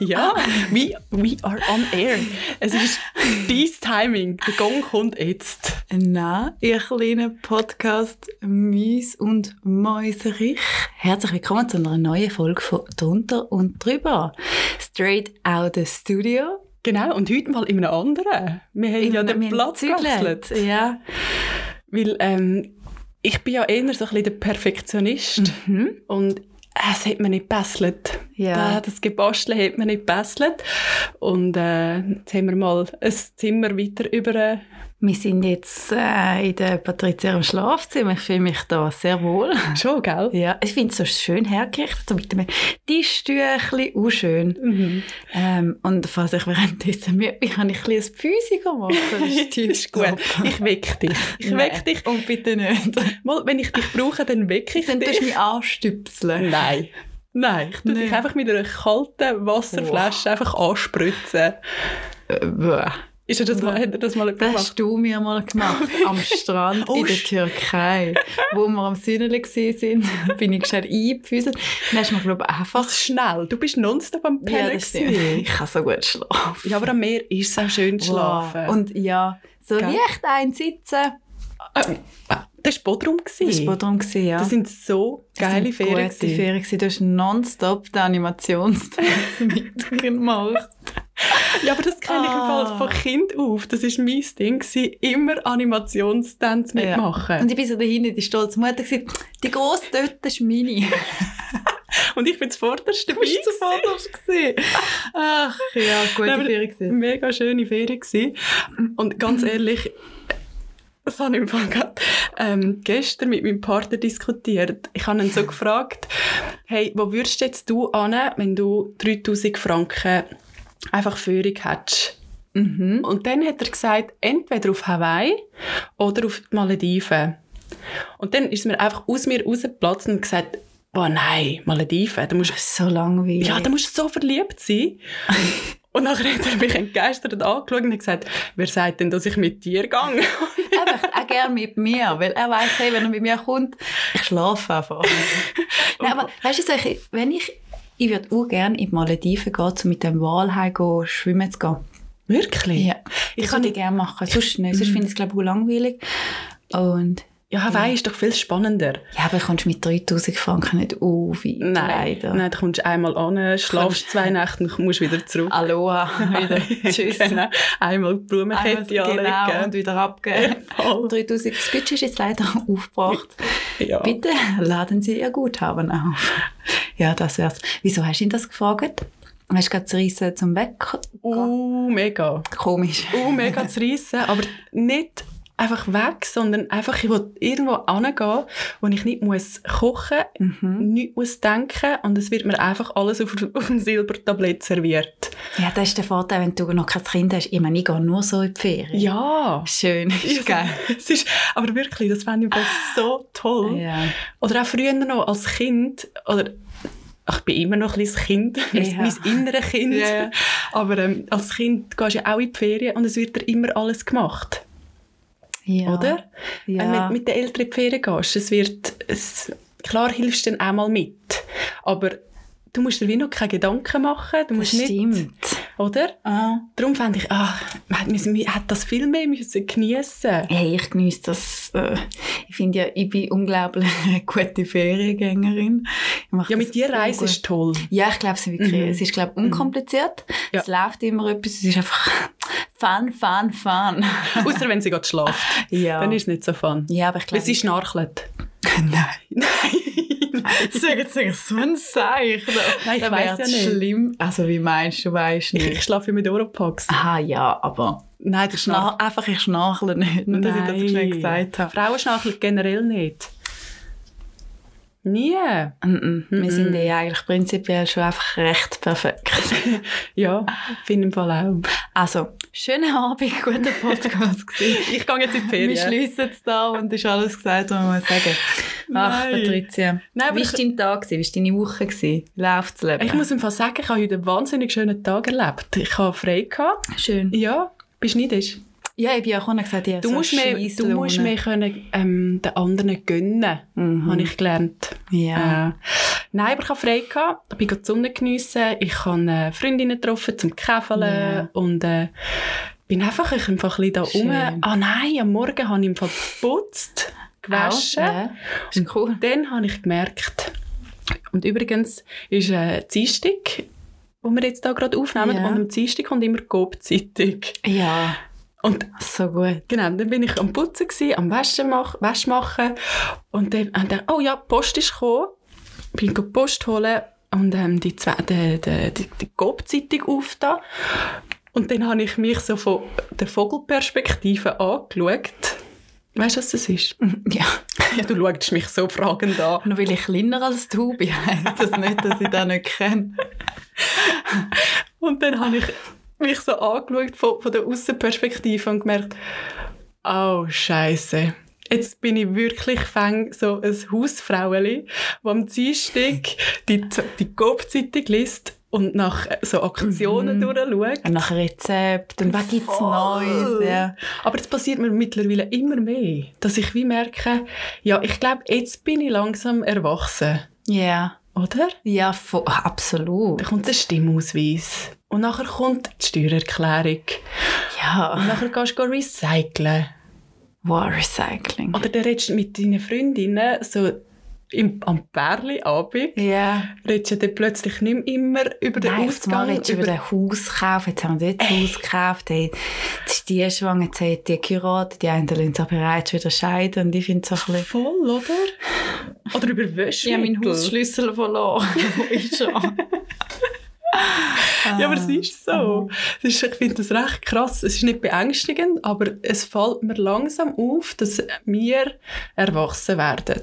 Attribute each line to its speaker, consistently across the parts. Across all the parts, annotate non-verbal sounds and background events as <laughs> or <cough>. Speaker 1: ja,
Speaker 2: Ah.
Speaker 1: we, we are on air. Es ist dein Timing. Der Gong kommt jetzt.
Speaker 2: Na, ihr kleinen Podcast Müs und Mäuserich. Herzlich willkommen zu einer neuen Folge von Drunter und Drüber. Straight out the studio.
Speaker 1: Genau, und heute mal in einem anderen. Wir haben ja den
Speaker 2: Wir haben
Speaker 1: Platz
Speaker 2: gezügelt.
Speaker 1: gewechselt.
Speaker 2: Ja.
Speaker 1: Weil ähm, ich bin ja eher so ein bisschen der Perfektionist.
Speaker 2: Mhm.
Speaker 1: Und äh, es hat mir nicht gebesselt.
Speaker 2: Ja.
Speaker 1: Da, Das Gebasteln hat mir nicht gebesselt. Und äh, jetzt haben wir mal ein Zimmer weiter über... Äh,
Speaker 2: Wir sind jetzt äh, in der Patricia im Schlafzimmer. Ich fühle mich da sehr wohl.
Speaker 1: schon, gell?
Speaker 2: Ja, ich finde es so schön hergerichtet, so mit dem Tischtüchli, auch schön.
Speaker 1: Mhm.
Speaker 2: Ähm, und falls ich währenddessen müde bin, kann ich ein bisschen Physiker machen. Das ist,
Speaker 1: ist <laughs> gut.
Speaker 2: tipptopp.
Speaker 1: Ich wecke dich.
Speaker 2: <laughs>
Speaker 1: Ich
Speaker 2: Nein.
Speaker 1: wecke dich.
Speaker 2: Und bitte <laughs> nicht.
Speaker 1: Mal, wenn ich dich brauche, dann wecke ich
Speaker 2: Dann
Speaker 1: dich.
Speaker 2: tust du mich anstüpseln.
Speaker 1: Nein. Nein, ich tu dich
Speaker 2: Nein.
Speaker 1: einfach mit einer kalten Wasserflasche einfach anspritzen.
Speaker 2: Bäh.
Speaker 1: Ist er das mal,
Speaker 2: Nein.
Speaker 1: hat er das mal
Speaker 2: Das
Speaker 1: gemacht?
Speaker 2: hast du mir mal gemacht,
Speaker 1: <laughs>
Speaker 2: am Strand
Speaker 1: Oh,
Speaker 2: in der
Speaker 1: sch-
Speaker 2: Türkei, wo wir am Sünneli waren, <laughs> bin ich schnell eingepfüsselt. Dann hast du mir, glaube ich, einfach...
Speaker 1: Ach, schnell. Du bist nonstop am
Speaker 2: Ja,
Speaker 1: Pennen
Speaker 2: das stimmt.
Speaker 1: gewesen.
Speaker 2: Ich kann so gut schlafen.
Speaker 1: Ja, aber am Meer ist es auch schön zu schlafen.
Speaker 2: Wow. Und ja, so
Speaker 1: Gell?
Speaker 2: leicht einsitzen.
Speaker 1: Ah, das war Bodrum. gewesen.
Speaker 2: Das war darum, gewesen, ja.
Speaker 1: Das sind so geile
Speaker 2: Das sind
Speaker 1: Ferien.
Speaker 2: Gute
Speaker 1: gewesen.
Speaker 2: Ferien gewesen. Du hast nonstop die Animationstanz <laughs> mitgemacht.
Speaker 1: Ja, aber das kenne ich im
Speaker 2: Ah.
Speaker 1: Fall von Kind auf. Das war mein Ding. Gewesen. Immer Animationstanz
Speaker 2: Ja.
Speaker 1: mitmachen.
Speaker 2: Und ich bin so dahinter, die stolze Mutter, gesagt, die grosse dort ist meine.
Speaker 1: Und ich bin zuvorderst dabei.
Speaker 2: bist zuvorderst
Speaker 1: gewesen.
Speaker 2: Ach ja, gute
Speaker 1: Nein, aber-
Speaker 2: Ferien gewesen.
Speaker 1: Mega schöne Ferien gewesen. Und ganz ehrlich, das habe ich im Fall gerade, ähm, gestern mit meinem Partner diskutiert. Ich habe ihn so gefragt, hey, wo würdest jetzt du an, wenn du 3000 Franken einfach Führung hättest?
Speaker 2: Mhm.
Speaker 1: Und dann hat er gesagt, entweder auf Hawaii oder auf die Malediven. Und dann ist mir einfach aus mir rausgeplatzt und gesagt, boah nein, Malediven, da musst du
Speaker 2: Das ist So langweilig.
Speaker 1: ja, da musst du so verliebt sein.
Speaker 2: <laughs>
Speaker 1: und nachher hat er mich entgeistert angeschaut und hat gesagt, wer sagt denn, dass ich mit dir gehe? <laughs>
Speaker 2: er möchte auch gerne mit mir, weil er weiß, hey, wenn er mit mir kommt, ich schlafe <laughs> einfach. Nein, aber weißt du, so, ich- wenn ich, ich würde auch gerne in die Malediven gehen, um mit dem Walhai go schwimmen zu gehen.
Speaker 1: Wirklich?
Speaker 2: Ja,
Speaker 1: Ich
Speaker 2: ich
Speaker 1: kann
Speaker 2: kann Mhm. ich gerne machen. Sonst nicht, sonst finde ich es glaube ich auch langweilig. Und
Speaker 1: Ja, Hawaii ist doch viel spannender.
Speaker 2: ja, aber kommst mit 3000 Franken nicht auf, wie leider.
Speaker 1: Nein, du kommst einmal an, schlafst zwei Nächte und musst wieder zurück.
Speaker 2: Aloha, <laughs> Ah,
Speaker 1: <laughs>
Speaker 2: wieder. Tschüss.
Speaker 1: Genau. Einmal die
Speaker 2: Einmal-
Speaker 1: Blumenkette
Speaker 2: genau, und
Speaker 1: anlegen.
Speaker 2: wieder abgeben.
Speaker 1: Voll.
Speaker 2: 3000, das Budget ist jetzt leider <laughs> aufgebracht.
Speaker 1: Ja.
Speaker 2: Bitte laden Sie Ihr Guthaben auf. Ja, das wär's. Wieso hast du ihn das gefragt? Hast du gerade zu reissen zum Weg?
Speaker 1: Uh, mega.
Speaker 2: Komisch.
Speaker 1: Uh, mega zu reissen, aber nicht einfach weg, sondern einfach, ich will irgendwo hingehen, wo ich nicht muss kochen
Speaker 2: Mhm.
Speaker 1: nichts muss denken und es wird mir einfach alles auf, auf dem Silbertablett serviert.
Speaker 2: Ja, das ist der Vorteil, wenn du noch kein Kind hast. Ich meine, ich gehe nur so in die Ferien.
Speaker 1: Ja!
Speaker 2: Schön, ist geil.
Speaker 1: Es ist, aber wirklich, das fände ich im Fall so toll.
Speaker 2: Ja.
Speaker 1: Oder auch früher noch als Kind, oder ach, ich bin immer noch ein kleines Kind, mein,
Speaker 2: Ja.
Speaker 1: mein inneres Kind,
Speaker 2: Ja, ja.
Speaker 1: aber ähm, als Kind gehst du ja auch in die Ferien und es wird dir immer alles gemacht,
Speaker 2: ja.
Speaker 1: oder? Wenn du
Speaker 2: Ja.
Speaker 1: mit, mit den Eltern in die Ferien gehst, es wird, es, klar hilfst du dann auch mal mit, aber du musst dir wie noch keine Gedanken machen, du
Speaker 2: das
Speaker 1: musst nicht,
Speaker 2: stimmt.
Speaker 1: oder?
Speaker 2: Ah.
Speaker 1: Darum fand ich, ach, man hat- man hat das viel mehr müssen geniessen
Speaker 2: Hey, ich genieße das. Äh, ich finde ja, ich bin unglaublich <laughs> eine gute Feriengängerin. Ich mach
Speaker 1: Ja,
Speaker 2: das
Speaker 1: mit dir Reise
Speaker 2: gut.
Speaker 1: ist toll.
Speaker 2: Ja, ich glaube, es ist wirklich,
Speaker 1: Mhm.
Speaker 2: es ist, glaube unkompliziert.
Speaker 1: Ja.
Speaker 2: Es läuft immer etwas, es ist einfach <laughs> fun, fun, fun.
Speaker 1: Außer wenn sie gerade schlaft,
Speaker 2: <laughs> Ja.
Speaker 1: dann ist es nicht so fun.
Speaker 2: ja, aber ich
Speaker 1: Weil
Speaker 2: glaube...
Speaker 1: sie schnarchelt.
Speaker 2: <laughs> Nein.
Speaker 1: Nein.
Speaker 2: Sagen Sie, so ein Seich.
Speaker 1: Nein, ich
Speaker 2: Da
Speaker 1: weiss ja
Speaker 2: wär's
Speaker 1: nicht.
Speaker 2: schlimm. Also, wie meinst du, weisst
Speaker 1: Ich,
Speaker 2: nicht?
Speaker 1: ich schlafe ja mit Oropax.
Speaker 2: Aha, ja, aber...
Speaker 1: Nein, das
Speaker 2: Schnarch, einfach, ich schnarchle nicht. Nur, dass ich das so schnell gesagt habe.
Speaker 1: Frauen schnarchen generell nicht. Nie. <laughs>
Speaker 2: Mm-mm. Mm,
Speaker 1: Mm,
Speaker 2: Wir sind ja eigentlich prinzipiell schon einfach recht perfekt.
Speaker 1: Ja, finde ich im Fall auch.
Speaker 2: Also, schönen Abend, guter Podcast gewesen.
Speaker 1: <laughs> Ich gehe jetzt in die
Speaker 2: Wir
Speaker 1: Ferien.
Speaker 2: schliessen es da und ist alles gesagt, was man sagen muss. Ach,
Speaker 1: Nein.
Speaker 2: Patricia.
Speaker 1: Nein, aber
Speaker 2: wie
Speaker 1: ich-
Speaker 2: war dein Tag? gewesen? Wie war deine Woche? gewesen? Läuft das Leben?
Speaker 1: Ich muss im Fall sagen, ich habe heute einen wahnsinnig schönen Tag erlebt. Ich habe frei. Gehabt.
Speaker 2: Schön.
Speaker 1: Ja, bist du neidisch?
Speaker 2: Ja, ich bin auch gekommen und gesagt, ja,
Speaker 1: Du musst, mehr, du musst mehr können, ähm, den anderen gönnen,
Speaker 2: Mhm.
Speaker 1: habe ich gelernt.
Speaker 2: Ja.
Speaker 1: Äh, nein, aber ich hatte frei. Gehabt. Ich bin gerade die Sonne geniessen. Ich habe äh, Freundinnen getroffen zum Käfeln.
Speaker 2: Ja.
Speaker 1: Und äh, bin einfach, ich einfach ein bisschen da
Speaker 2: Schön.
Speaker 1: rum. Ah nein, am Morgen habe ich im Fall geputzt, gewaschen.
Speaker 2: Auch, ja. Ist cool.
Speaker 1: Dann habe ich gemerkt, und übrigens ist äh, Dienstag, wo wir jetzt da gerade aufnehmen,
Speaker 2: Ja.
Speaker 1: und am Dienstag kommt immer die Coop-Zeitung.
Speaker 2: Ja,
Speaker 1: Und
Speaker 2: so gut. <laughs>
Speaker 1: Genau, dann bin ich am Putzen, gewesen, am Wäsche mach- Wäsche machen und dann habe ich gedacht, oh ja, die Post ist gekommen. Bin ich die Post holen und ähm, die, zwei, die, die, die, die Coop-Zeitung aufgetan. Und dann habe ich mich so von der Vogelperspektive angeschaut. Weißt du, was das ist?
Speaker 2: Ja,
Speaker 1: <laughs> Ja, du schaust mich so fragend an.
Speaker 2: nur weil ich kleiner als du bin, <laughs> heisst das nicht, dass ich das nicht kenne.
Speaker 1: Und dann habe ich mich so angeschaut von, von der Außenperspektive und gemerkt, oh Scheiße. Jetzt bin ich wirklich fäng so ein Hausfraueli, wo am Dienstag die, Z- die Coop-Zeitung liest und nach äh, so Aktionen durchschaut.
Speaker 2: Und nach Rezept und was Mhm. gibt's
Speaker 1: Voll.
Speaker 2: Neues. Ja.
Speaker 1: Aber das passiert mir mittlerweile immer mehr, dass ich wie merke, ja, ich glaube, jetzt bin ich langsam erwachsen,
Speaker 2: Ja,
Speaker 1: oder?
Speaker 2: ja vo- absolut.
Speaker 1: Dann kommt der Stimmausweis und nachher kommt die Steuererklärung und
Speaker 2: Ja,
Speaker 1: nachher gehst du recyceln.
Speaker 2: wow, Recycling.
Speaker 1: Oder dann redest du mit deinen Freundinnen so im, am Pärli-Abend,
Speaker 2: Ja,
Speaker 1: redest du dann plötzlich nicht mehr immer über den
Speaker 2: Nein, jetzt mal
Speaker 1: Ausgang. Äh.
Speaker 2: redest du über den Hauskauf, jetzt haben wir dort das Haus gekauft, hey, jetzt ist die schwanger, jetzt hat die geheiratet, die einen lassen sich bereits wieder scheiden und ich finde es so ein bisschen...
Speaker 1: Voll, oder? Oder über Wäsche.
Speaker 2: Hausschlüssel <laughs>
Speaker 1: <laughs>
Speaker 2: verloren. Wo ist er?
Speaker 1: Ja, aber es ist so. Es ist, ich finde das recht krass. Es ist nicht beängstigend, aber es fällt mir langsam auf, dass wir erwachsen werden.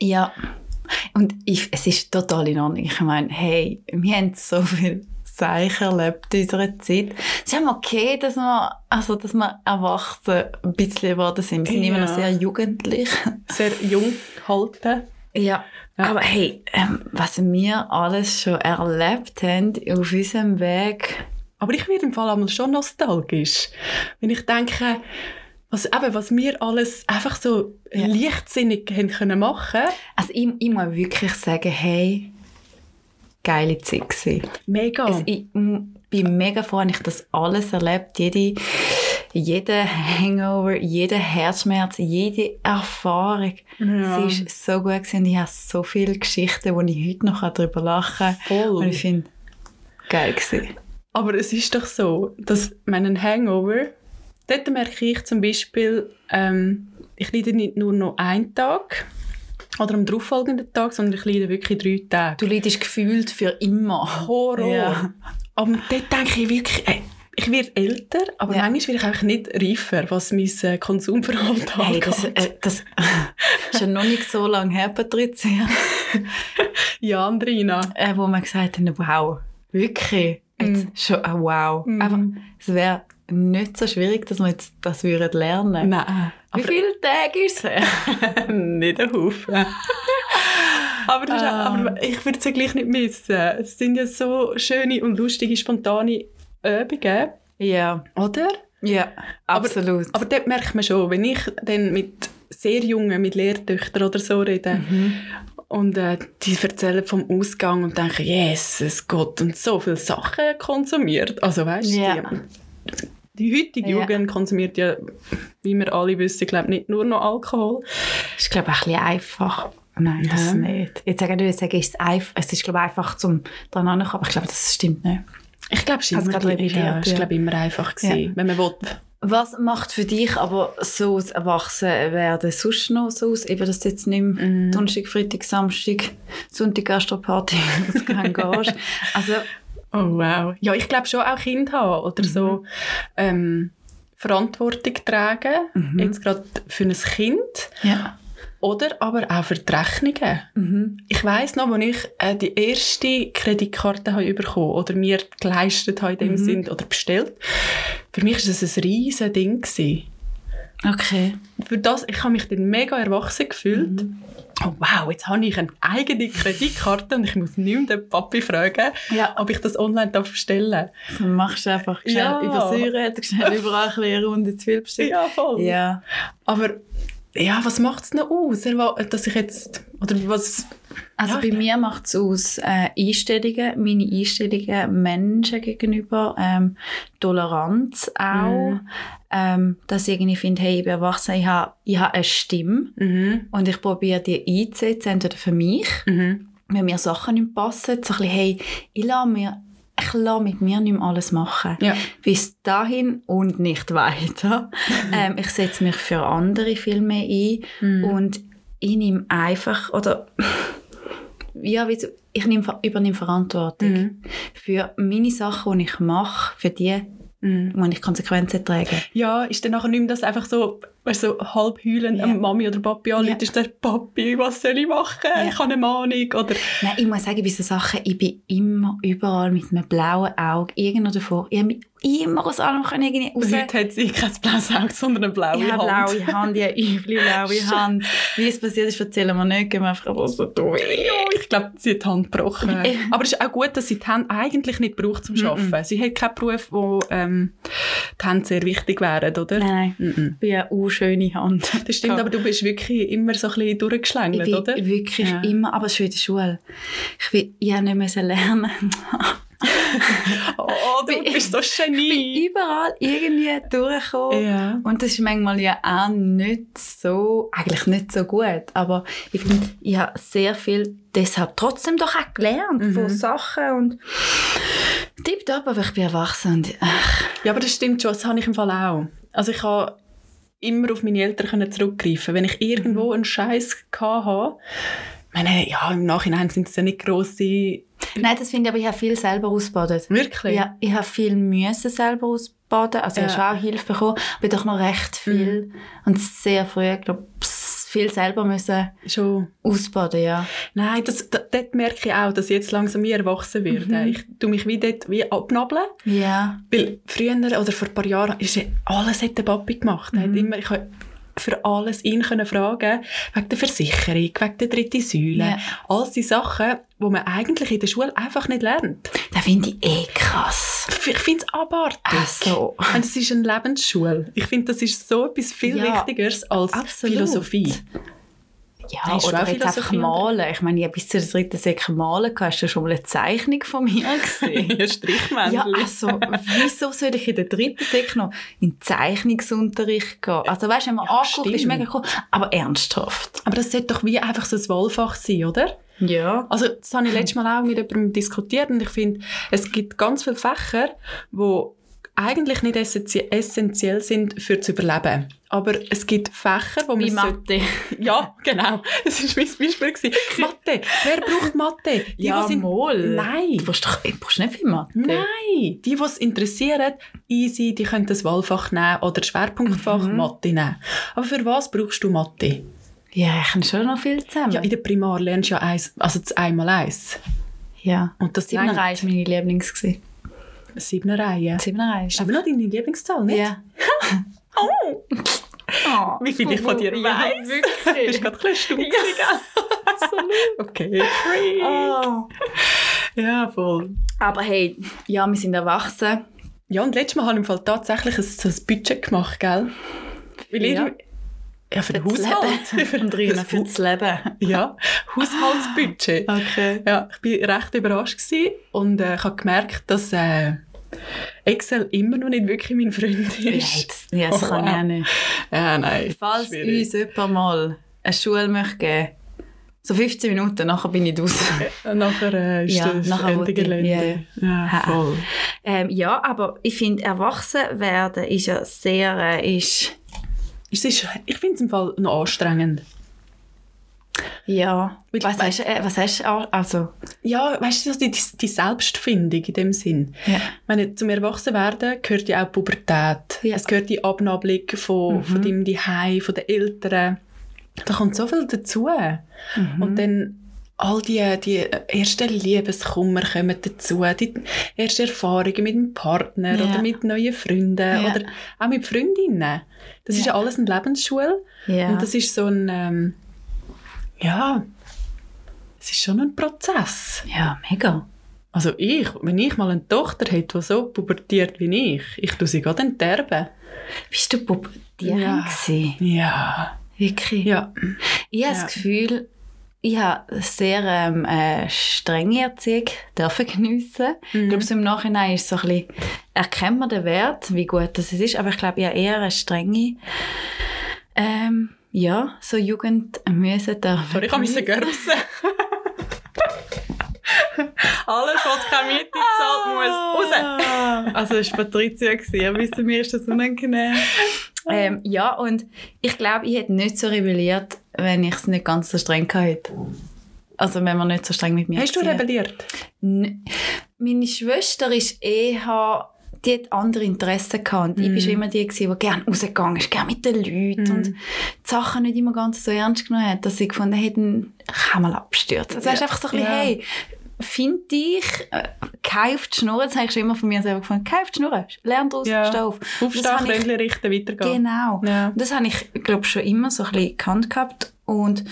Speaker 2: Ja. Und ich, es ist total in Ordnung. Ich meine, hey, wir haben so viel Seich erlebt in unserer Zeit. Es ist ja mal okay, dass wir, also, dass wir erwachsen ein bisschen geworden sind. Wir sind immer
Speaker 1: Ja.
Speaker 2: noch sehr jugendlich.
Speaker 1: Sehr jung gehalten.
Speaker 2: Ja. Aber hey, ähm, was wir alles schon erlebt haben auf unserem Weg.
Speaker 1: Aber ich werde im Fall einmal schon nostalgisch, wenn ich denke, was, eben, was wir alles einfach so
Speaker 2: Ja.
Speaker 1: leichtsinnig haben können machen
Speaker 2: Also ich, ich muss wirklich sagen, hey, geile Zeit gewesen.
Speaker 1: Mega.
Speaker 2: Es, ich m- bin mega froh, habe ich das alles erlebt. Jede, jeder Hangover, jeder Herzschmerz, jede Erfahrung.
Speaker 1: Ja.
Speaker 2: Es ist so gut gewesen. Ich habe so viele Geschichten, wo ich heute noch darüber lachen kann.
Speaker 1: Voll.
Speaker 2: Und ich finde, geil gewesen.
Speaker 1: Aber es ist doch so, dass meinen Hangover, dort merke ich zum Beispiel, ähm, ich leide nicht nur noch einen Tag oder am darauffolgenden Tag, sondern ich leide wirklich drei Tage.
Speaker 2: Du leidest gefühlt für immer.
Speaker 1: Horror.
Speaker 2: Ja.
Speaker 1: Aber dort denke ich wirklich, ey, ich werde älter, aber
Speaker 2: Ja.
Speaker 1: manchmal werde ich einfach nicht reifer, was mein äh, Konsumverhalten
Speaker 2: Hey,
Speaker 1: angeht.
Speaker 2: das, äh, das <laughs> ist ja noch nicht so lange her, <laughs> Patricia,
Speaker 1: Ja, Andrina.
Speaker 2: äh, wo man gesagt hat, wow, wirklich, jetzt schon ein Wow.
Speaker 1: Mhm.
Speaker 2: Aber es wäre nicht so schwierig, dass wir jetzt das würden lernen würden.
Speaker 1: Nein.
Speaker 2: Wie
Speaker 1: Aber
Speaker 2: viele Tage ist es?
Speaker 1: <laughs> nicht
Speaker 2: <laughs>
Speaker 1: ein Haufen. aber, das ist,
Speaker 2: Ah.
Speaker 1: aber ich würde es ja gleich nicht missen. Es sind ja so schöne und lustige, spontane Übungen,
Speaker 2: <laughs> Ja,
Speaker 1: oder?
Speaker 2: ja, absolut.
Speaker 1: Aber dort merkt man schon, wenn ich dann mit sehr Jungen, mit Lehrtöchtern oder so rede
Speaker 2: Mhm.
Speaker 1: und äh, die erzählen vom Ausgang und denken, Jesus Gott, und so viele Sachen konsumiert. Also weißt du,
Speaker 2: Ja.
Speaker 1: die, die heutige
Speaker 2: Ja.
Speaker 1: Jugend konsumiert ja, wie wir alle wissen, glaube nicht nur noch Alkohol.
Speaker 2: ist, glaube ich, ein bisschen einfach. Nein, das
Speaker 1: Ja.
Speaker 2: nicht. Jetzt sagen wir, sagen, ist es, einfach, es ist, glaube ich, einfach zum dran anzukommen, aber ich glaube, das stimmt nicht.
Speaker 1: Ich glaube, es war
Speaker 2: Hat's
Speaker 1: immer,
Speaker 2: gerade revidiert,
Speaker 1: ja, es ist,
Speaker 2: ja.
Speaker 1: glaub, immer einfach, gewesen, wenn man will.
Speaker 2: Was macht für dich aber so das Erwachsenwerden sonst noch so aus? Eben, dass du jetzt nicht mehr Donnerstag, Freitag, Samstag, Sonntag Gastroparty <laughs> ausgehen gehst. Also,
Speaker 1: Oh wow. Ja, ich glaube schon auch Kind haben oder
Speaker 2: Mhm.
Speaker 1: so ähm, Verantwortung tragen,
Speaker 2: Mhm.
Speaker 1: jetzt gerade für ein Kind
Speaker 2: ja.
Speaker 1: oder aber auch für die Rechnungen. Ich weiß noch, als ich äh, die erste Kreditkarte habe bekommen oder mir Mhm. geleistet habe in dem Sinn oder bestellt, für mich war das ein riesiges Ding. Gewesen.
Speaker 2: Okay.
Speaker 1: Für das, ich habe mich dann mega erwachsen gefühlt. Oh, wow, jetzt habe ich eine eigene Kreditkarte und ich muss nicht mehr den Papi fragen,
Speaker 2: Ja,
Speaker 1: ob ich das online darf bestellen
Speaker 2: dann machst du einfach schnell
Speaker 1: Ja.
Speaker 2: über Säuren, schnell überall ein bisschen eine Runde zu viel
Speaker 1: darf.
Speaker 2: bestellen.
Speaker 1: Ja, voll.
Speaker 2: Ja.
Speaker 1: Aber ja, was macht es noch aus, Erwa- dass ich jetzt, oder was,
Speaker 2: Also
Speaker 1: Ja.
Speaker 2: bei mir macht es aus äh, Einstellungen, meine Einstellungen Menschen gegenüber, ähm, Toleranz auch,
Speaker 1: Mhm.
Speaker 2: ähm, dass ich irgendwie finde, hey, ich bin erwachsen, ich habe ich hab eine Stimme
Speaker 1: mhm.
Speaker 2: und ich probiere die einzusetzen, entweder für mich,
Speaker 1: Mhm.
Speaker 2: wenn mir Sachen nicht passen, so ein bisschen, hey, ich lasse mir ich lasse mit mir nicht mehr alles machen.
Speaker 1: Ja.
Speaker 2: Bis dahin und nicht
Speaker 1: <laughs>
Speaker 2: weiter. ähm, ich setze mich für andere viel mehr ein.
Speaker 1: Mhm.
Speaker 2: Und ich nehme einfach, oder <laughs> ja, wie so- ich nehme, ver- übernehme Verantwortung
Speaker 1: Mhm.
Speaker 2: für meine Sachen, die ich mache, für die
Speaker 1: Mhm.
Speaker 2: muss ich Konsequenzen tragen.
Speaker 1: Ja, ist dann nachher nicht mehr das einfach so, weißt, du, so halb heulen,
Speaker 2: Ja.
Speaker 1: am Mami oder Papi
Speaker 2: Ja.
Speaker 1: anruft, ist der Papi, was soll ich machen?
Speaker 2: Ja.
Speaker 1: Ich habe eine Mahnung. Oder,
Speaker 2: Nein, ich muss sagen, bei so Sachen, ich bin immer überall mit einem blauen Auge irgendwo davor. Ich habe mich immer aus allem können irgendwie raus...
Speaker 1: heute hat sie kein blaues Auge, sondern eine blaue
Speaker 2: Ich habe
Speaker 1: Hand.
Speaker 2: blaue Hand, ich habe üble
Speaker 1: <laughs>
Speaker 2: blaue Hand. Wie es passiert ist, erzählen wir nicht, gehen wir einfach aber so durch.
Speaker 1: Ja, Also, ich glaube, sie hat die Hand gebrochen.
Speaker 2: Ja.
Speaker 1: Aber es ist auch gut, dass sie die Hand eigentlich nicht braucht zum Arbeiten. Sie hat keinen Beruf, wo ähm, die Hände sehr wichtig wären, oder?
Speaker 2: Nein, nein,
Speaker 1: Mhm.
Speaker 2: ich bin eine unschöne Hand.
Speaker 1: Das stimmt, aber du bist wirklich immer so ein bisschen
Speaker 2: Ich
Speaker 1: durchgeschlängelt,
Speaker 2: bin
Speaker 1: oder?
Speaker 2: wirklich
Speaker 1: Ja.
Speaker 2: immer, aber schon in der Schule. Ich will ja nicht mehr lernen.
Speaker 1: Oh, du
Speaker 2: <laughs> Ich-
Speaker 1: bist so Genie.
Speaker 2: Überall irgendwie durchgekommen.
Speaker 1: Ja.
Speaker 2: Und das ist manchmal ja auch nicht so, eigentlich nicht so gut. Aber ich finde, ich habe sehr viel deshalb trotzdem doch auch gelernt von Sachen und tipptopp, aber ich bin erwachsen und ach,
Speaker 1: ja, aber das stimmt schon, das habe ich im Fall auch. Also ich habe immer auf meine Eltern können zurückgreifen. Wenn ich irgendwo einen Scheiß hatte, ich meine, ja, im Nachhinein sind es ja nicht grosse...
Speaker 2: nein, das finde ich, aber ich habe viel selber ausgebadet.
Speaker 1: Wirklich?
Speaker 2: Ja, ich habe viel müssen selber ausbaden, also ich
Speaker 1: Ja.
Speaker 2: habe schon auch Hilfe bekommen, aber doch noch recht viel und sehr früh, ich glaube, viel selber müssen
Speaker 1: Schon.
Speaker 2: ausbaden, ja.
Speaker 1: Nein, das, da- dort merke ich auch, dass ich jetzt langsam wie erwachsen werde. Ich tue mich wie dort wie abnabeln.
Speaker 2: Ja,
Speaker 1: Weil früher oder vor ein paar Jahren ist ja, alles hat der Papi gemacht. Er Hat immer, ich konnte für alles ihn können fragen wegen der Versicherung, wegen der dritten Säule.
Speaker 2: Ja.
Speaker 1: All die Sachen, die man eigentlich in der Schule einfach nicht lernt.
Speaker 2: das finde ich eh krass.
Speaker 1: Ich finde es abartig.
Speaker 2: Ach so.
Speaker 1: Und es ist eine Lebensschule. Ich finde, das ist so etwas viel
Speaker 2: Ja,
Speaker 1: Wichtigeres als
Speaker 2: absolut.
Speaker 1: Philosophie.
Speaker 2: Ja,
Speaker 1: Nein, ist
Speaker 2: oder
Speaker 1: schon
Speaker 2: jetzt einfach
Speaker 1: Philosophie, oder?
Speaker 2: malen. Ich meine, ich habe bis zur dritten Säcke malen gehabt. Hast du schon mal eine Zeichnung von
Speaker 1: <laughs>
Speaker 2: mir <laughs> gesehen?
Speaker 1: Strichmännchen.
Speaker 2: ja, also, wieso sollte ich in der dritten Säcke noch in den Zeichnungsunterricht gehen? Also, weißt du, wenn man
Speaker 1: Ja,
Speaker 2: anguckt, ist
Speaker 1: stimmt.
Speaker 2: mega cool, aber ernsthaft.
Speaker 1: Aber das sollte doch wie einfach so ein Wahlfach sein, oder?
Speaker 2: Ja.
Speaker 1: Also, das <laughs> habe ich letztes Mal auch mit jemandem diskutiert und ich finde, es gibt ganz viele Fächer, wo eigentlich nicht essentie- essentiell sind für das Überleben. Aber es gibt Fächer, wo man
Speaker 2: Wie
Speaker 1: sollte-
Speaker 2: Mathe.
Speaker 1: <laughs> Ja, genau. Das war mein Beispiel. <laughs> gewesen. Mathe. Wer braucht Mathe? Die, die sind...
Speaker 2: mal.
Speaker 1: Nein.
Speaker 2: Du brauchst doch du brauchst nicht viel Mathe.
Speaker 1: Nein. Die, die es interessieren, easy, die können das Wahlfach nehmen oder Schwerpunktfach Mathe nehmen. Aber für was brauchst du Mathe?
Speaker 2: Ja, ich kann schon noch viel zusammen.
Speaker 1: Ja, in der Primar lernst du ja eins, also das einmal eins.
Speaker 2: ja.
Speaker 1: Und das
Speaker 2: Siebener Reihe war meine Lieblings. gewesen.
Speaker 1: Siebner Reihe.
Speaker 2: Siebener Reihe.
Speaker 1: Ist aber noch deine Lieblingszahl, nicht?
Speaker 2: <laughs> Ja.
Speaker 1: Oh,
Speaker 2: <laughs> Oh.
Speaker 1: wie viel ich von dir weiss.
Speaker 2: Ja, <laughs>
Speaker 1: Du bist
Speaker 2: wirklich.
Speaker 1: gerade ein bisschen stumm ja. Okay, Ah, free.
Speaker 2: Oh.
Speaker 1: Ja, voll.
Speaker 2: Aber hey, ja, wir sind erwachsen.
Speaker 1: Ja, und letztes Mal habe ich im Fall tatsächlich ein, so ein Budget gemacht, gell? Weil
Speaker 2: Ja.
Speaker 1: irgendwie- ja <laughs> für den
Speaker 2: Fürs
Speaker 1: Haushalt.
Speaker 2: Leben. Und drinnen
Speaker 1: das Haus-
Speaker 2: fürs
Speaker 1: <laughs>
Speaker 2: Leben.
Speaker 1: Ja, Haushaltsbudget.
Speaker 2: Ah, Okay.
Speaker 1: Ja, ich bin recht überrascht gewesen und äh, ich habe gemerkt, dass äh, Excel immer noch nicht wirklich mein Freund
Speaker 2: Ja,
Speaker 1: ist.
Speaker 2: das, ja, das
Speaker 1: Oh,
Speaker 2: kann ich
Speaker 1: wow.
Speaker 2: auch nicht.
Speaker 1: Ja, nein.
Speaker 2: Falls
Speaker 1: schwierig.
Speaker 2: uns jemand mal eine Schule möchte geben so 15 Minuten, nachher bin ich draußen.
Speaker 1: Und nachher äh, ist
Speaker 2: Ja,
Speaker 1: das
Speaker 2: nachher
Speaker 1: Ende
Speaker 2: wollte ich-
Speaker 1: Gelände. Ja,
Speaker 2: Ha.
Speaker 1: voll.
Speaker 2: <laughs> Ähm, ja, aber ich finde, erwachsen werden ist ja sehr, äh, ist,
Speaker 1: Es ist, ich finde es im Fall noch anstrengend.
Speaker 2: ja,
Speaker 1: Weil-
Speaker 2: was hast, äh, was hast du, auch- also,
Speaker 1: Ja, weißt du, so die, die- die Selbstfindung in dem Sinn.
Speaker 2: Ja.
Speaker 1: Ich meine, zum Erwachsenwerden gehört ja auch die Pubertät.
Speaker 2: Ja. Mhm.
Speaker 1: Es gehört die Abnabelung von, von dem
Speaker 2: Mhm.
Speaker 1: Zuhause, von den Eltern. Da kommt so viel dazu. Und dann all die, die ersten Liebeskummer kommen dazu, die ersten Erfahrungen mit dem Partner
Speaker 2: Ja.
Speaker 1: oder mit neuen Freunden
Speaker 2: Ja.
Speaker 1: oder auch mit Freundinnen. Das ist
Speaker 2: Ja.
Speaker 1: ja alles eine Lebensschule
Speaker 2: Ja.
Speaker 1: und das ist so ein, ähm, ja, es ist schon ein Prozess.
Speaker 2: ja, mega.
Speaker 1: Also ich, wenn ich mal eine Tochter hätte, die so pubertiert wie ich, ich tue sie gerade enterben.
Speaker 2: Bist du pubertierend
Speaker 1: Ja.
Speaker 2: gewesen?
Speaker 1: Ja,
Speaker 2: Wirklich?
Speaker 1: ja.
Speaker 2: Ich habe
Speaker 1: Ja.
Speaker 2: das Gefühl, ich habe eine sehr ähm, äh, strenge Erziehung dürfen geniessen. Ich
Speaker 1: Mhm.
Speaker 2: glaube, so im Nachhinein ist so ein bisschen, erkennt man den Wert, wie gut das es ist, aber ich glaube, ich habe eher eine strenge, ähm, ja, so Jugend müssen dürfen.
Speaker 1: Sorry, ich habe mich gerbsen. <laughs> Alles, was keine Miete zahlt, muss raus.
Speaker 2: Ah!
Speaker 1: Also das war Patricia, gewesen. mir ist das unangenehm.
Speaker 2: Ähm, ja, und ich glaube, ich hätte nicht so rebelliert, wenn ich es nicht ganz so streng gehabt hätte. Also wenn man nicht so streng mit mir
Speaker 1: Hast du
Speaker 2: erziehen.
Speaker 1: rebelliert?
Speaker 2: N- Meine Schwester ist eher, die hat andere Interessen gehabt. Und Ich
Speaker 1: Mhm.
Speaker 2: war schon immer die, gewesen, die gerne rausgegangen ist, gerne mit den Leuten
Speaker 1: Mhm.
Speaker 2: und die Sachen nicht immer ganz so ernst genommen hat, dass sie gefunden hätten, ich kann mal abstürzen. Also
Speaker 1: Ja.
Speaker 2: weißt du, einfach so ein bisschen,
Speaker 1: Ja.
Speaker 2: hey, find dich, äh, geh auf die Schnur. Das habe ich schon immer von mir selber gefunden, geh auf die Schnur, lern daraus,
Speaker 1: Ja.
Speaker 2: steh auf. Das
Speaker 1: Aufstehen,
Speaker 2: habe ich-
Speaker 1: Krönchen richten, weitergehen.
Speaker 2: Genau.
Speaker 1: Ja.
Speaker 2: Und Das habe ich, glaube schon immer so ein bisschen gekannt gehabt. Und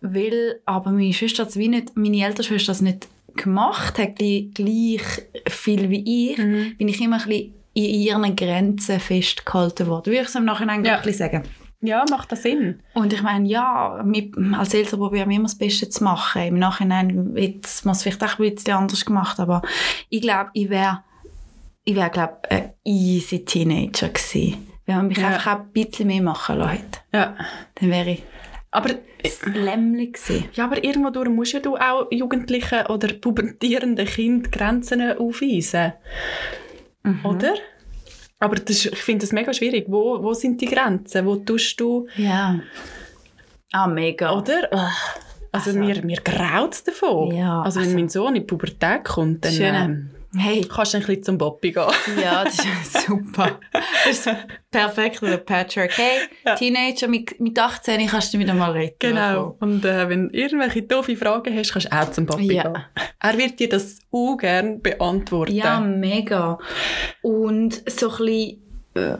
Speaker 2: weil aber meine Schwester das wie nicht, meine ältere Schwester das nicht gemacht hat, gleich, gleich viel wie ich,
Speaker 1: Mhm.
Speaker 2: bin ich immer ein bisschen in ihren Grenzen festgehalten worden. Würde ich es im Nachhinein
Speaker 1: Ja.
Speaker 2: ein bisschen sagen.
Speaker 1: Ja, macht das Sinn.
Speaker 2: Und ich meine, ja, mit, als Eltern probieren wir immer das Beste zu machen. Im Nachhinein hätte man es vielleicht auch ein bisschen anders gemacht, aber ich glaube, ich wäre, ich wäre, glaube ein easy Teenager gewesen. Wenn man mich
Speaker 1: Ja.
Speaker 2: einfach auch ein bisschen mehr machen lassen hätte.
Speaker 1: Ja.
Speaker 2: Dann wäre ich
Speaker 1: Aber,
Speaker 2: lämmlich gewesen.
Speaker 1: ja, aber irgendwo durch musst ja du auch jugendlichen oder pubertierenden Kind Grenzen aufweisen.
Speaker 2: Mhm.
Speaker 1: Oder? Aber das, ist- ich finde das mega schwierig. Wo, wo sind die Grenzen? Wo tust du...
Speaker 2: Ja. Ah, mega.
Speaker 1: Oder? Also,
Speaker 2: Also-
Speaker 1: mir, mir graut es davon.
Speaker 2: Ja,
Speaker 1: also wenn
Speaker 2: also-
Speaker 1: mein Sohn in die Pubertät kommt, dann
Speaker 2: Schön.
Speaker 1: ähm,
Speaker 2: Hey.
Speaker 1: kannst du ein bisschen zum Bobby gehen.
Speaker 2: <laughs> Ja, <laughs> das ist super. Das ist perfekt, oder Patrick. Hey,
Speaker 1: Ja.
Speaker 2: Teenager, mit, mit 18 kannst du wieder mal reden.
Speaker 1: Und äh, wenn du irgendwelche doofe Fragen hast, kannst du auch zum Bobby
Speaker 2: Ja.
Speaker 1: gehen. Er wird dir das ungern beantworten.
Speaker 2: Ja, mega. Und so ein bisschen, äh,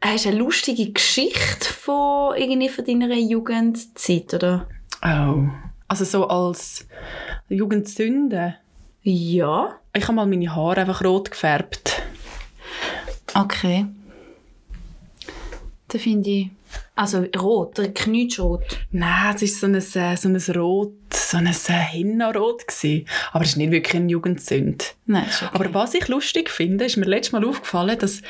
Speaker 2: hast du eine lustige Geschichte von, irgendwie von deiner Jugendzeit, oder?
Speaker 1: Oh. Also so als Jugendsünde.
Speaker 2: Ja.
Speaker 1: Ich habe mal meine Haare einfach rot gefärbt.
Speaker 2: Okay. Da finde ich, also rot, der knutschrot.
Speaker 1: Nein, es war so ein, äh, so ein Rot, so ein äh, Hinna-Rot. gewesen. Aber es ist nicht wirklich eine Jugendsünde.
Speaker 2: Nein, ist okay.
Speaker 1: Aber was ich lustig finde, ist mir letztes Mal aufgefallen, dass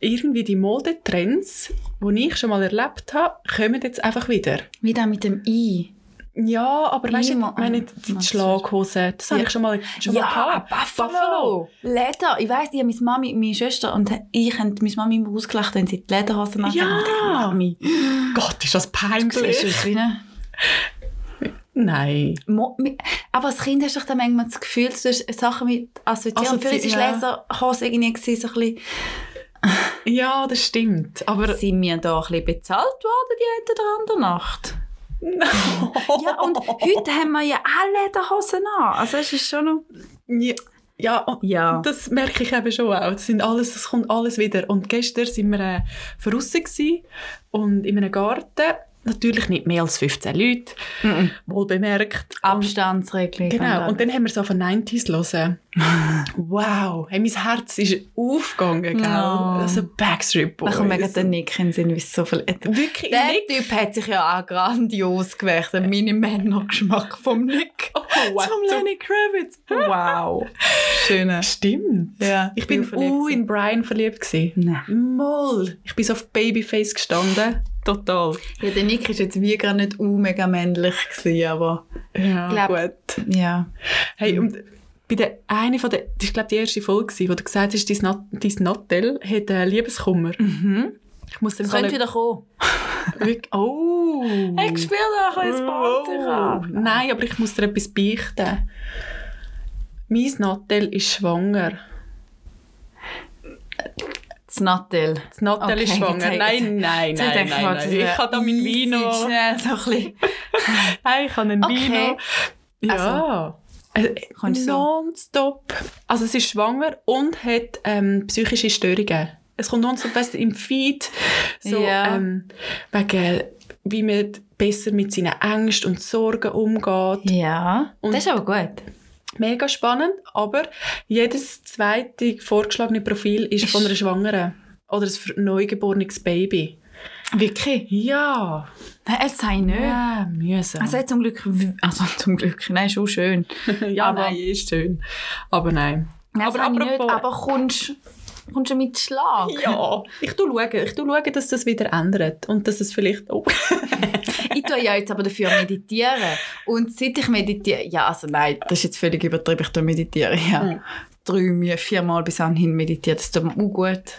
Speaker 1: irgendwie die Modetrends, die ich schon mal erlebt habe, kommen jetzt einfach wieder.
Speaker 2: Wie dann mit dem I.
Speaker 1: Ja, aber weißt du,
Speaker 2: Immer
Speaker 1: ich meine, die
Speaker 2: an-
Speaker 1: Schlaghosen, das habe
Speaker 2: Ah, Ja.
Speaker 1: ich schon mal, schon mal gehabt.
Speaker 2: Leder. Ich weiss, ich habe meine Mami, meine Schwester und ich haben meine Mami immer ausgelacht, wenn sie die Lederhosen anhatten.
Speaker 1: Ja.
Speaker 2: Und Ah, ich dachte, Mami,
Speaker 1: <gasps> Gott, ist das
Speaker 2: du siehst
Speaker 1: peinlich.
Speaker 2: aus wie eine...
Speaker 1: Nein.
Speaker 2: Mo mi- aber als Kind hast du doch dann manchmal das Gefühl, du hast Sachen mit assoziieren.
Speaker 1: Also,
Speaker 2: und für uns
Speaker 1: ja.
Speaker 2: war Lederhose irgendwie gewesen, so ein bisschen...
Speaker 1: Ja, das stimmt. Aber
Speaker 2: Sind wir da ein bisschen bezahlt worden, die eine oder andere
Speaker 1: <laughs>
Speaker 2: Nacht? Ja, und heute haben wir ja auch Lederhosen an. Also es ist schon noch...
Speaker 1: Ja, ja, und
Speaker 2: Ja.
Speaker 1: das merke ich eben schon auch. Das, sind alles, das kommt alles wieder. Und gestern waren wir äh, draussen gewesen und in einem Garten. Natürlich nicht mehr als 15 Leute,
Speaker 2: Mhm.
Speaker 1: wohl
Speaker 2: Ah,
Speaker 1: bemerkt.
Speaker 2: Abstandsregelung.
Speaker 1: Und, genau, und
Speaker 2: alles.
Speaker 1: dann haben wir so von
Speaker 2: <laughs>
Speaker 1: 90s hören. wow, hey, mein Herz ist aufgegangen, gell?
Speaker 2: Oh.
Speaker 1: Also Backstreet
Speaker 2: Da
Speaker 1: Boys.
Speaker 2: kommt mega der Nick in den Sinn, wie es so viel...
Speaker 1: Wirklich,
Speaker 2: Der
Speaker 1: nicht.
Speaker 2: Typ hat sich ja auch grandios gewählt. Der Mini-Männer-Geschmack vom Nick.
Speaker 1: Oh,
Speaker 2: <laughs>
Speaker 1: wow.
Speaker 2: Zum Lenny
Speaker 1: Kravitz.
Speaker 2: Wow. Schön.
Speaker 1: Stimmt.
Speaker 2: Ja,
Speaker 1: ich bin
Speaker 2: verliebt
Speaker 1: uh,
Speaker 2: gewesen.
Speaker 1: in Brian verliebt gewesen.
Speaker 2: Nein.
Speaker 1: Moll. Ich bin so auf Babyface gestanden. Total.
Speaker 2: Ja, der Nick war jetzt wie gar nicht uh, mega männlich, gewesen, aber...
Speaker 1: Ja,
Speaker 2: Glaub- hm.
Speaker 1: gut.
Speaker 2: Ja.
Speaker 1: Hey, und bei der eine von der, das war glaube die erste Folge, gewesen, wo du gesagt hast, dein, Nat dein Nattel hat äh, Liebeskummer. Ich muss dann
Speaker 2: Mhm. Das könnte wieder kommen.
Speaker 1: wirklich, Oh!
Speaker 2: Ich spiele doch ein bisschen Spanzig
Speaker 1: Wow.
Speaker 2: an.
Speaker 1: Nein, aber ich muss dir etwas beichten. Mein Nattel ist schwanger.
Speaker 2: Das Nattel.
Speaker 1: Das Nattel ist
Speaker 2: Okay,
Speaker 1: schwanger.
Speaker 2: jetzt-
Speaker 1: Nein, nein, nein,
Speaker 2: Jetzt
Speaker 1: nein,
Speaker 2: denke
Speaker 1: nein,
Speaker 2: mal, das
Speaker 1: Ich
Speaker 2: wäre <laughs>
Speaker 1: habe da mein
Speaker 2: easy,
Speaker 1: Vino.
Speaker 2: Schnell, so ein bisschen.
Speaker 1: Nein, ich habe ein
Speaker 2: Okay. äh,
Speaker 1: Vino. Ja. Also,
Speaker 2: Kannst du so-
Speaker 1: nonstop. Also sie ist schwanger und hat ähm, psychische Störungen. Es kommt nonstop weißt, du, im Feed. So,
Speaker 2: Ja.
Speaker 1: ähm, wegen, wie man besser mit seinen Ängsten und Sorgen umgeht.
Speaker 2: Ja.
Speaker 1: Und-
Speaker 2: das ist aber gut.
Speaker 1: Mega spannend, aber jedes zweite vorgeschlagene Profil ist von einer Schwangeren. Oder ein fr- neugeborenes Baby.
Speaker 2: Wirklich?
Speaker 1: Ja.
Speaker 2: Nein, jetzt sei nicht.
Speaker 1: Ja, mühsam.
Speaker 2: Also zum Glück, also zum Glück, nein, ist auch schön.
Speaker 1: <laughs> ja,
Speaker 2: aber-
Speaker 1: nein, ist schön. Aber nein.
Speaker 2: Nein,
Speaker 1: Aber
Speaker 2: aber apropos... nicht,
Speaker 1: apropos-
Speaker 2: aber kommst, kommst du mit Schlag?
Speaker 1: Ja, <laughs> ich tu schauen, ich tu schauen, dass das wieder ändert und dass es vielleicht oh, auch
Speaker 2: Ich tue ja jetzt aber dafür meditieren. Und seit ich meditiere, ja, also nein, das ist jetzt völlig übertrieben, ich tue meditieren, ja.
Speaker 1: Mhm.
Speaker 2: Drei, mir- viermal bis anhin meditiert, das tut mir auch gut.
Speaker 1: <laughs>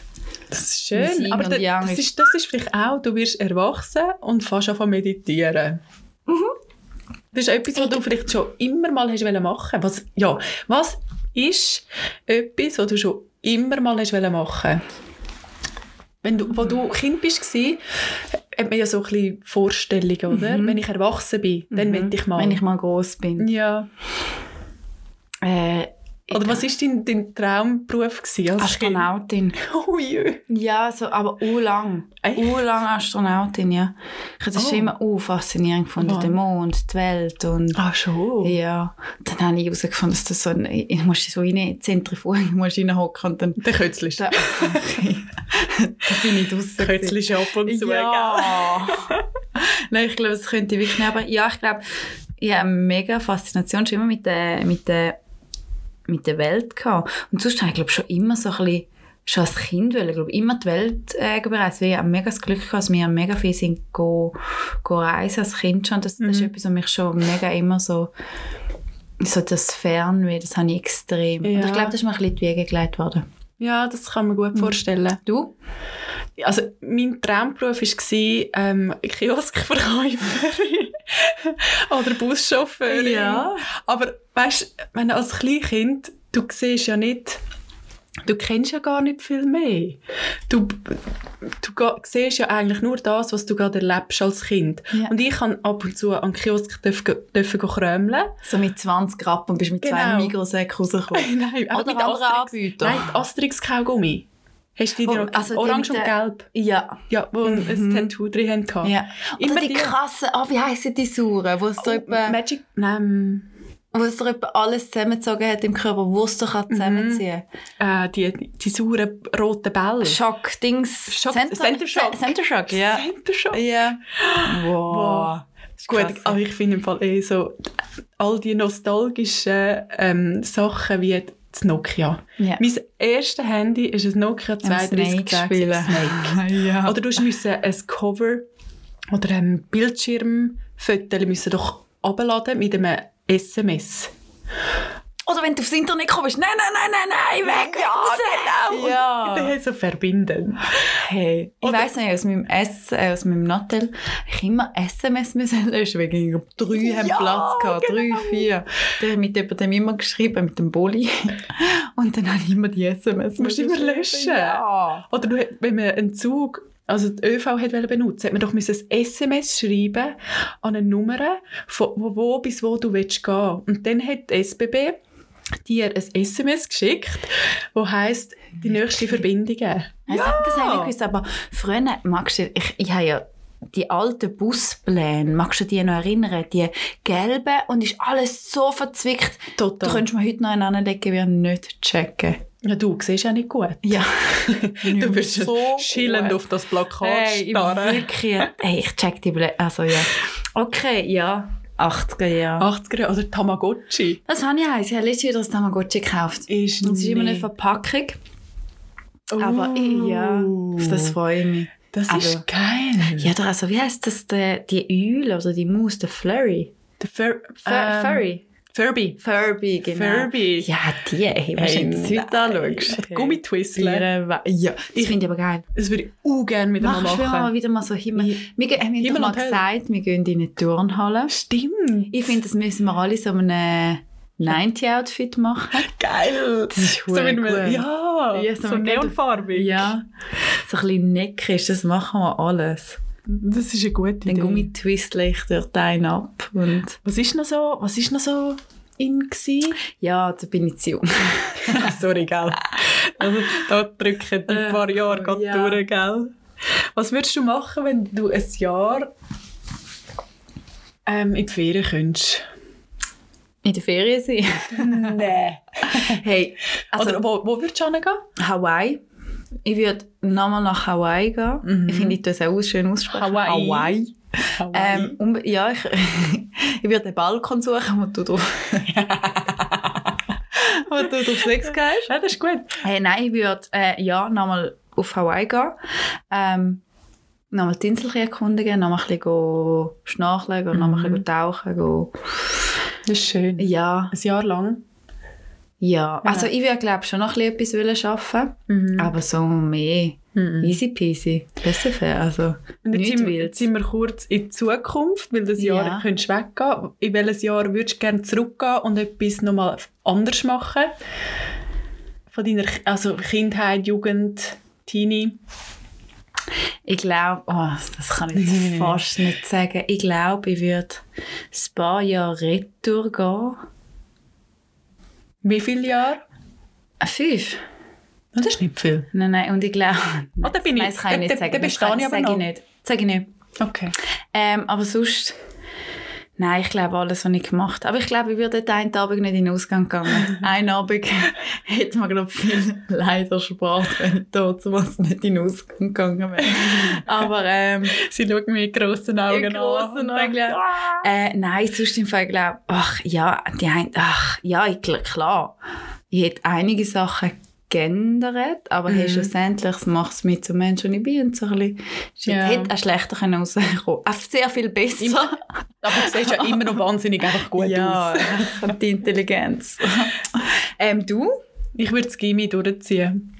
Speaker 1: Das ist
Speaker 2: Wir sind
Speaker 1: schön, aber
Speaker 2: und
Speaker 1: da,
Speaker 2: young
Speaker 1: das,
Speaker 2: ist-
Speaker 1: ist, das ist vielleicht auch, du wirst erwachsen und fängst an zu meditieren.
Speaker 2: Mhm.
Speaker 1: Das ist etwas, was du vielleicht schon immer mal hast wollen machen. Was, ja, was ist etwas, was du schon immer mal hast wollen machen? Wenn du, wo
Speaker 2: Mhm.
Speaker 1: du Kind bist, gsi, hat man ja so ein bisschen Vorstellungen, oder? Wenn ich erwachsen bin, dann will ich mal.
Speaker 2: Mhm.
Speaker 1: Hm.
Speaker 2: Wenn ich mal groß bin.
Speaker 1: ja.
Speaker 2: Äh,
Speaker 1: Oder was war dein, dein Traumberuf gsi als Kind?
Speaker 2: Astronautin.
Speaker 1: Oh je.
Speaker 2: Ja, so, aber auch lang.
Speaker 1: Echt?
Speaker 2: Auch lang Astronautin, ja. Ich habe das schon
Speaker 1: Oh.
Speaker 2: immer auch faszinierend gefunden,
Speaker 1: Wow.
Speaker 2: den Mond, die Welt und...
Speaker 1: Ah, schon?
Speaker 2: Ja, dann habe ich herausgefunden, dass das so ein... Ich muss so in eine Zentrifuge <laughs> hocken und dann...
Speaker 1: Dann kötzelst du.
Speaker 2: Da, <laughs> da bin ich draussen. gewesen.
Speaker 1: Kötzelst du ab und zu, gell?
Speaker 2: Ja. <laughs> Nein, ich glaube, es könnte wirklich nicht, aber ja, ich glaube, ich habe eine mega Faszination schon immer mit der, mit der, mit der Welt gehabt. Und sonst habe ich, glaube ich, schon immer so ein bisschen, schon als Kind wollen, glaube ich, immer die Welt äh, bereist. Weil ich habe mega das Glück gehabt, dass wir mega viel sind, go, go reisen als Kind schon. Das,
Speaker 1: Mhm.
Speaker 2: das ist etwas, was mich schon mega immer so, so das Fernweh, das habe ich extrem. Und
Speaker 1: Ja.
Speaker 2: ich glaube, das ist mir ein bisschen in die Wiege gelegt worden.
Speaker 1: Ja, das kann man
Speaker 2: Mm.
Speaker 1: gut vorstellen.
Speaker 2: Du?
Speaker 1: Also, mein Traumberuf war ähm, <laughs> Kioskverkäuferin oder Buschauffeurin.
Speaker 2: Ja.
Speaker 1: Aber weißt du, wenn du als Kleinkind, du siehst ja nicht, du kennst ja gar nicht viel mehr. Du, du ga- siehst ja eigentlich nur das, was du gerade erlebst als Kind.
Speaker 2: Ja.
Speaker 1: Und ich kann ab und zu an den Kiosk dürfen, gehen- dürfen
Speaker 2: <laughs>
Speaker 1: gehen krömeln.
Speaker 2: So mit 20 Rappen bist du mit
Speaker 1: Genau.
Speaker 2: zwei Mikrosäcken rausgekommen.
Speaker 1: Nein, einfach
Speaker 2: Oder
Speaker 1: mit
Speaker 2: andere
Speaker 1: Asterix.
Speaker 2: Anbieter.
Speaker 1: Nein, die Asterix-Kaugummi. Hast du die
Speaker 2: Oh,
Speaker 1: noch?
Speaker 2: also die
Speaker 1: Orange
Speaker 2: mit
Speaker 1: und
Speaker 2: der-
Speaker 1: Gelb.
Speaker 2: Ja.
Speaker 1: Ja, wo ein Tattoo drin hatten.
Speaker 2: ja. Oder
Speaker 1: Immer
Speaker 2: die, Oh,
Speaker 1: die-
Speaker 2: krassen, ah wie heissen die Sauren, wo es dir etwa-
Speaker 1: Magic... Nein,
Speaker 2: wo es dir etwa alles zusammengezogen hat im Körper, wo es dir kann zusammenziehen
Speaker 1: äh, die, die sauren roten Bälle.
Speaker 2: kann. Schock, Dings,
Speaker 1: Schock- Center Shock.
Speaker 2: Center Shock, ja.
Speaker 1: Center Shock.
Speaker 2: Ja.
Speaker 1: Wow. Gut, aber ich finde im Fall eh so... All die nostalgischen ähm, Sachen wie das Nokia.
Speaker 2: Ja.
Speaker 1: Mein erstes Handy ist ein Nokia
Speaker 2: Am
Speaker 1: 32
Speaker 2: Snake.
Speaker 1: <laughs>
Speaker 2: ja.
Speaker 1: Oder du musst ein Cover oder ein Bildschirmfoto müssen doch abladen mit einem SMS.
Speaker 2: Oder wenn du aufs Internet kommst, nein, nein, nein, nein, nein, weg, ja,
Speaker 1: Und <laughs>
Speaker 2: Ja.
Speaker 1: Dann so verbinden.
Speaker 2: Hey, ich
Speaker 1: Oder-
Speaker 2: weiss nicht, aus meinem, S, äh, aus meinem Nattel ich immer SMS müssen löschen, wegen ich glaub, drei haben
Speaker 1: Ja,
Speaker 2: Platz gehabt,
Speaker 1: genau.
Speaker 2: drei, vier. Da habe ich mit jemandem immer geschrieben, mit dem
Speaker 1: <laughs>
Speaker 2: Bulli. Und dann habe ich immer die SMS
Speaker 1: Musst du immer
Speaker 2: müssen
Speaker 1: löschen?
Speaker 2: Ja.
Speaker 1: Oder du, wenn man einen Zug, also die ÖV hat wollen benutzen, hat man doch müssen ein SMS schreiben an eine Nummer, von wo, wo bis wo du willst gehen. Und dann hat die SBB dir ein SMS geschickt, wo heißt die nächste Verbindung.
Speaker 2: Also, Das habe ich nicht gewusst, aber früher, magst du, ich, ich habe ja die alten Buspläne, magst du dich noch erinnern? Die gelben und ist alles so verzwickt.
Speaker 1: Total.
Speaker 2: Du könntest mir heute noch einen anlegen, wir nicht checken.
Speaker 1: Ja, du siehst ja nicht gut.
Speaker 2: Ja. <laughs>
Speaker 1: Du bist
Speaker 2: so
Speaker 1: schillend
Speaker 2: gut.
Speaker 1: auf das Plakat
Speaker 2: Hey, ich
Speaker 1: starren.
Speaker 2: wirklich. Hey, ich check die Blä Also ja. Okay, ja. 80er Jahre.
Speaker 1: 80er oder Tamagotchi.
Speaker 2: Das habe ich eins. Ich habe letztes Jahr das Tamagotchi gekauft.
Speaker 1: Ist
Speaker 2: Und es ist immer eine Verpackung. Aber eh, ja, auf das freue ich mich.
Speaker 1: Das
Speaker 2: Also-
Speaker 1: ist geil.
Speaker 2: Ja, doch, also wie heißt das? Der, die Eule oder die Maus, der Flurry?
Speaker 1: Der Fur
Speaker 2: Fur
Speaker 1: ähm,
Speaker 2: Furry?
Speaker 1: Furby.
Speaker 2: Furby, genau.
Speaker 1: Furby.
Speaker 2: Ja, die. Hey, was hey, du heute anschaust.
Speaker 1: Hey. Gummitwistler.
Speaker 2: Tiere- Ja, das finde ich aber geil.
Speaker 1: Das würde ich auch gerne mit
Speaker 2: Mach, ich will mal
Speaker 1: machen.
Speaker 2: wieder mal so Himmel.
Speaker 1: Ja.
Speaker 2: Wir, gehen- wir haben
Speaker 1: Himmel
Speaker 2: doch mal
Speaker 1: und Hölle.
Speaker 2: gesagt, wir gehen in eine Turnhalle.
Speaker 1: Stimmt.
Speaker 2: Ich finde, das müssen wir alle so einem 90-Outfit machen. <laughs>
Speaker 1: Geil.
Speaker 2: Das ist
Speaker 1: so mit einem,
Speaker 2: verdammt gut.
Speaker 1: Ja,
Speaker 2: Ja, so
Speaker 1: so
Speaker 2: mit-
Speaker 1: neonfarbig.
Speaker 2: Ja. So ein bisschen neckisch, das machen wir alles.
Speaker 1: Das ist eine gute
Speaker 2: Dann
Speaker 1: Idee.
Speaker 2: gummitwistle ich dort einen ab. Und
Speaker 1: Was ist noch so, was ist noch so in gsi?
Speaker 2: ja, da bin ich zu jung.
Speaker 1: <laughs> Sorry, gell. Also, da drücken die
Speaker 2: Äh,
Speaker 1: paar Jahre gerade
Speaker 2: ja.
Speaker 1: durch, gell. Was würdest du machen, wenn du ein Jahr ähm, in die Ferien könntest?
Speaker 2: <laughs> In der Ferien sein.
Speaker 1: Nein.
Speaker 2: <laughs> hey, also
Speaker 1: Oder wo, wo würdest du hingehen?
Speaker 2: Hawaii. Ich würde nochmal nach Hawaii gehen. Ich finde, ich tue es auch schön aussprechen.
Speaker 1: Hawaii.
Speaker 2: Mhm. Hawaii. Ähm, um, ja, ich, <laughs> ich würde den Balkon suchen, wo du <laughs> drauf, wo du drauf Sex gehst.
Speaker 1: ja, das ist gut.
Speaker 2: Hey, nein, ich würde äh, ja, nochmal auf Hawaii gehen. Ähm, nochmal die Insel erkundigen, nochmal ein bisschen go schnorcheln, go nochmal ein bisschen go
Speaker 1: Mhm.
Speaker 2: tauchen. Go.
Speaker 1: Das ist schön.
Speaker 2: Ja,
Speaker 1: Ein Jahr lang.
Speaker 2: ja. Also ich würde, glaube schon noch ein bisschen etwas arbeiten
Speaker 1: Mhm.
Speaker 2: aber so mehr. Easy peasy. Besser fair, also
Speaker 1: Und jetzt
Speaker 2: nichts
Speaker 1: sind,
Speaker 2: wild.
Speaker 1: jetzt sind wir kurz in die Zukunft, weil das
Speaker 2: Ja.
Speaker 1: Jahr könntest du weggehen. In welches Jahr würdest du gerne zurückgehen und etwas nochmal anders machen? Von deiner Ki- also Kindheit, Jugend, Teenie.
Speaker 2: Ich glaube, oh, das kann ich jetzt fast nicht sagen. Ich glaube, ich würde ein paar Jahre retour gehen.
Speaker 1: Wie viele Jahre?
Speaker 2: Ah, Fünf?
Speaker 1: Oh, das ist nicht viel.
Speaker 2: Nein, nein, und ich glaube...
Speaker 1: Ah, da bin ich-
Speaker 2: Nein, das kann ich nicht
Speaker 1: da- da-
Speaker 2: sagen.
Speaker 1: da bestehe
Speaker 2: Das kann-
Speaker 1: ich aber
Speaker 2: sage
Speaker 1: noch.
Speaker 2: nicht. Sage ich nicht.
Speaker 1: Okay.
Speaker 2: Ähm, aber sonst... Nein, ich glaube, alles, was ich gemacht habe. Aber ich glaube, ich würde den einen Abend nicht in den Ausgang
Speaker 1: <laughs>
Speaker 2: gehen. einen Abend <laughs> hätte man, glaube ich, viel <laughs> leider spart, wenn ich dort was nicht in den Ausgang gegangen
Speaker 1: <laughs>
Speaker 2: wäre. aber ähm,
Speaker 1: Sie schauen mich mit grossen Augen
Speaker 2: In grossen
Speaker 1: an.
Speaker 2: Augen, ja. Äh, nein, sonst im Fall glaube ach ja, die ein, ach ja, ich, gl- klar, ich hätte einige Sachen geändert, aber
Speaker 1: Mhm.
Speaker 2: hey, schlussendlich macht es mich zum Menschen, ich bin und so ein bisschen, shit,
Speaker 1: Ja.
Speaker 2: hätte auch schlechter können rauskommen können. Sehr viel <laughs> besser.
Speaker 1: Aber du siehst ja
Speaker 2: <laughs>
Speaker 1: immer noch wahnsinnig einfach gut
Speaker 2: ja, <laughs>
Speaker 1: aus.
Speaker 2: ach, die
Speaker 1: <laughs>
Speaker 2: Intelligenz. ähm, du?
Speaker 1: Ich würde das Gimmi durchziehen.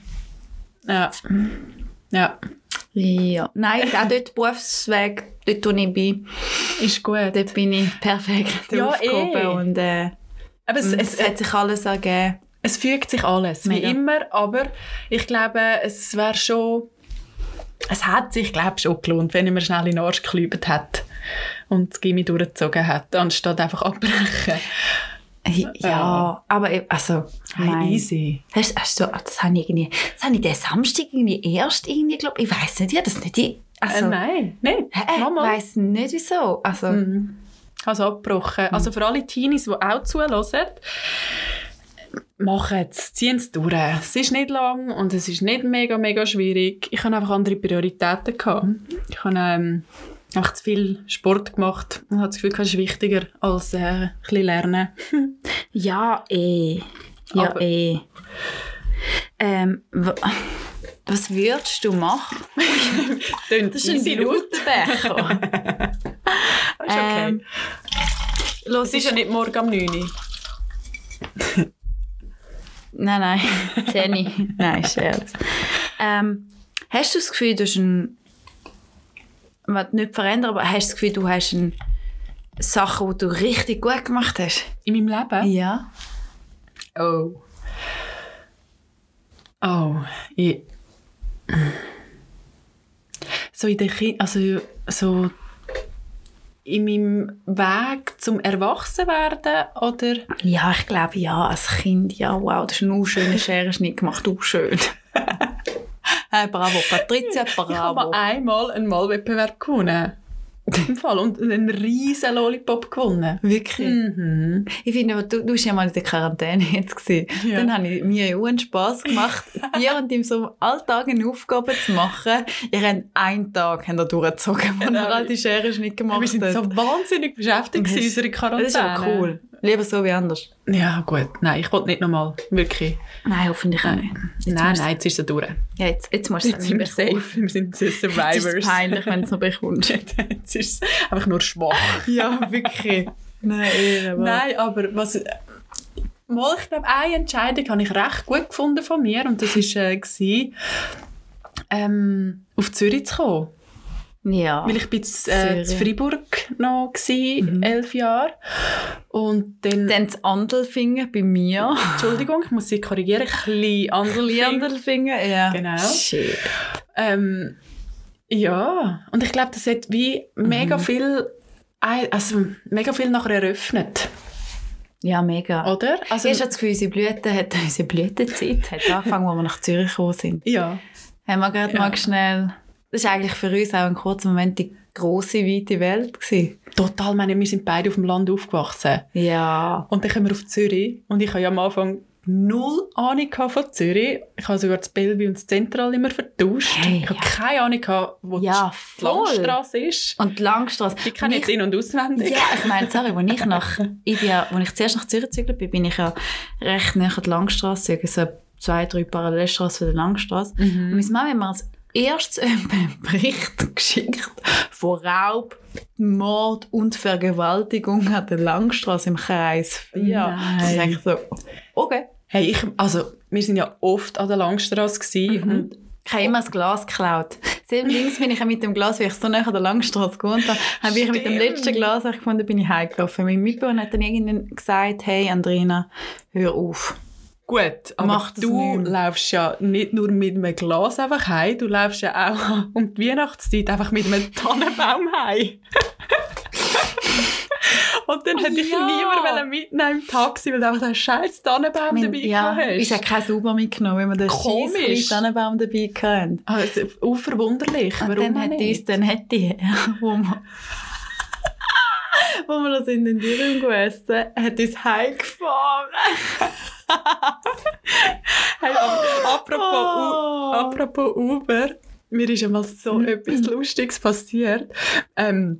Speaker 1: Ja. Ja,
Speaker 2: Ja. Nein, auch dort Berufsweg, dort wo ich bin,
Speaker 1: ist gut.
Speaker 2: dort bin ich perfekt
Speaker 1: Ja,
Speaker 2: aufgehoben
Speaker 1: eh.
Speaker 2: und äh,
Speaker 1: Aber es, es,
Speaker 2: es hat sich alles ergeben.
Speaker 1: Es fügt sich alles,
Speaker 2: Mega.
Speaker 1: wie immer, aber ich glaube, es wäre schon. Es hat sich, glaube ich, schon gelohnt, wenn ich mir schnell in den Arsch geklübt hätte und das Gimmi durchgezogen hätte, anstatt einfach abbrechen.
Speaker 2: Ja, aber ich- also,
Speaker 1: Hey,
Speaker 2: nein.
Speaker 1: easy.
Speaker 2: Hast, hast du, das habe ich irgendwie, das habe ich den Samstag irgendwie erst irgendwie, glaube ich, weiß nicht, ja, das nicht ich, also,
Speaker 1: Äh, nein, Mhm. nein,
Speaker 2: Hä? ich
Speaker 1: nochmal.
Speaker 2: weiß nicht wieso, also,
Speaker 1: Ich habe es abgebrochen. Also für alle Teenies, die auch zuhören, machen es, ziehen es durch. Es ist nicht lang und es ist nicht mega, mega schwierig. Ich habe einfach andere Prioritäten. Gehabt. Ich habe ähm, einfach zu viel Sport gemacht und habe das Gefühl, es ist wichtiger als äh, ein bisschen lernen.
Speaker 2: ja, eh, ja,
Speaker 1: Aber-
Speaker 2: eh. Ähm, w- was würdest du machen?
Speaker 1: Das
Speaker 2: Lautenbecher.
Speaker 1: <laughs> Ist okay.
Speaker 2: Ähm, Los,
Speaker 1: es ist ja nicht morgen um 9 Uhr.
Speaker 2: Nein, nein, Tenny. nein, Scherz. Ähm, hast du das Gefühl, du hast ein... Was nicht verändern, aber hast du das Gefühl, du hast ein... Sachen, die du richtig gut gemacht hast?
Speaker 1: In meinem Leben?
Speaker 2: Ja.
Speaker 1: Oh. Oh, ich. So in der Kind, also so in meinem Weg zum Erwachsenwerden oder
Speaker 2: Ja, ich glaube, ja, als Kind, ja, wow, das ist ein auch schöner Scherenschnitt gemacht, auch schön. <laughs> hey, bravo, Patricia,
Speaker 1: ich habe mal
Speaker 2: bravo.
Speaker 1: einmal einen Malwettbewerb gewonnen. Im Fall und einen riesen Lollipop gewonnen. Mhm.
Speaker 2: Wirklich? Hm. Ich finde, aber du, du warst ja mal in der Quarantäne jetzt. Gewesen.
Speaker 1: Ja.
Speaker 2: Dann habe ich mir einen Spass gemacht, <laughs> dir und ihm so am Alltag eine Aufgabe zu machen. Ihr habt einen Tag habt ihr durchgezogen, wo ihr
Speaker 1: Genau.
Speaker 2: all die Scherenschnitte gemacht
Speaker 1: Wir sind
Speaker 2: habt.
Speaker 1: so wahnsinnig beschäftigt
Speaker 2: Das
Speaker 1: in
Speaker 2: ist-
Speaker 1: unserer
Speaker 2: das
Speaker 1: Quarantäne.
Speaker 2: ist aber cool. Lieber so wie anders.
Speaker 1: Ja gut, nein, ich wollte nicht nochmal, wirklich.
Speaker 2: Nein, hoffentlich auch nicht. Jetzt
Speaker 1: nein,
Speaker 2: musst-
Speaker 1: nein, jetzt ist es durch.
Speaker 2: Ja, jetzt, jetzt musst du
Speaker 1: Jetzt
Speaker 2: es
Speaker 1: sind wir
Speaker 2: nicht
Speaker 1: safe, wir sind
Speaker 2: Es ist
Speaker 1: Survivors.
Speaker 2: es peinlich, wenn du es noch <laughs> bekommst.
Speaker 1: <laughs> Jetzt ist es einfach nur schwach.
Speaker 2: ja, wirklich. Nein, eh, aber...
Speaker 1: Nein, aber was... Mal, ich glaube, eine Entscheidung habe ich recht gut gefunden von mir und das war, äh, gsi, ähm, auf Zürich zu kommen.
Speaker 2: Ja.
Speaker 1: Weil ich bin zu, äh,
Speaker 2: Ah, Zürich.
Speaker 1: zu Freiburg noch gsi, elf Jahre. Und dann...
Speaker 2: Dann das Andelfinger bei mir.
Speaker 1: Entschuldigung, ich muss sie korrigieren, ein bisschen
Speaker 2: Andelfinger, ja.
Speaker 1: Genau.
Speaker 2: Shit.
Speaker 1: Ähm, Ja, und ich glaube, das hat wie mega viel, ein- also mega viel nachher eröffnet,
Speaker 2: Ja, mega.
Speaker 1: oder?
Speaker 2: Also,
Speaker 1: Also,
Speaker 2: ich habe das Gefühl, unsere Blüte hat <laughs> unsere Blütezeit hat angefangen, als wir nach Zürich gekommen sind.
Speaker 1: ja,
Speaker 2: Haben wir gerade
Speaker 1: Ja.
Speaker 2: mal schnell. Das war eigentlich für uns auch ein kurzer Moment die große weite Welt gewesen.
Speaker 1: total. Ich meine, wir sind beide auf dem Land aufgewachsen.
Speaker 2: Ja.
Speaker 1: Und dann kommen wir auf Zürich. Und ich habe ja am Anfang null Ahnung gehabt von Zürich. Ich habe sogar das Bellevue und das Zentral immer vertauscht.
Speaker 2: Hey,
Speaker 1: ich habe
Speaker 2: ja.
Speaker 1: keine Ahnung gehabt, wo
Speaker 2: Ja,
Speaker 1: die
Speaker 2: voll.
Speaker 1: Langstrasse ist.
Speaker 2: Und die Langstrasse.
Speaker 1: Die kenne ich jetzt
Speaker 2: Mich-
Speaker 1: in- und auswendig.
Speaker 2: Ja, ich meine, sorry, als ich, nach, ich, bin ja, als ich zuerst nach Zürich gezügelt bin, bin ich ja recht näher an die Langstrasse, also zwei, drei Parallelstraßen von der Langstrasse. Und meine Mama hat mir als erstes <laughs> einen Bericht geschickt von Raub, Mord und Vergewaltigung an der Langstrasse im Kreis 4.
Speaker 1: Nein.
Speaker 2: Das ist eigentlich so, okay.
Speaker 1: Hey, ich, also, wir sind ja oft an der Langstrasse
Speaker 2: Mhm.
Speaker 1: gewesen. Und
Speaker 2: Ich habe immer das Glas geklaut. <laughs> Selbst links bin ich ja mit dem Glas, weil ich so nahe an der Langstrasse gewohnt habe, habe ich mit dem
Speaker 1: Stimmt.
Speaker 2: letzten Glas das ich gefunden bin ich heimgelaufen. Mein Mitbewohner hat dann irgendwann gesagt, hey Andrina, hör auf.
Speaker 1: gut, aber
Speaker 2: Mach das
Speaker 1: du
Speaker 2: nicht.
Speaker 1: läufst ja nicht nur mit einem Glas einfach heim, du läufst ja auch <laughs> um die Weihnachtszeit einfach
Speaker 2: <laughs>
Speaker 1: mit einem Tannenbaum heim. Und dann hätte ich
Speaker 2: Oh Ja.
Speaker 1: niemand wollen mitnehmen im Taxi, weil du einfach den scheiß Tannenbaum dabei
Speaker 2: ja,
Speaker 1: gehabt
Speaker 2: ich habe
Speaker 1: hast.
Speaker 2: keinen Sauber mitgenommen, weil wir den
Speaker 1: Komisch.
Speaker 2: scheiss kleinen Tannenbaum dabei hatten.
Speaker 1: Also, unverwunderlich.
Speaker 2: Und
Speaker 1: Warum
Speaker 2: Ah, dann hat
Speaker 1: Ah, auch
Speaker 2: uns,
Speaker 1: nicht?
Speaker 2: dann hat die, <laughs> wo wir, wo wir das in den Dürren gegessen hat uns heimgefahren.
Speaker 1: Hey, aber apropos,
Speaker 2: Oh.
Speaker 1: U apropos Uber, mir ist einmal so
Speaker 2: Mhm.
Speaker 1: etwas Lustiges passiert. Ähm,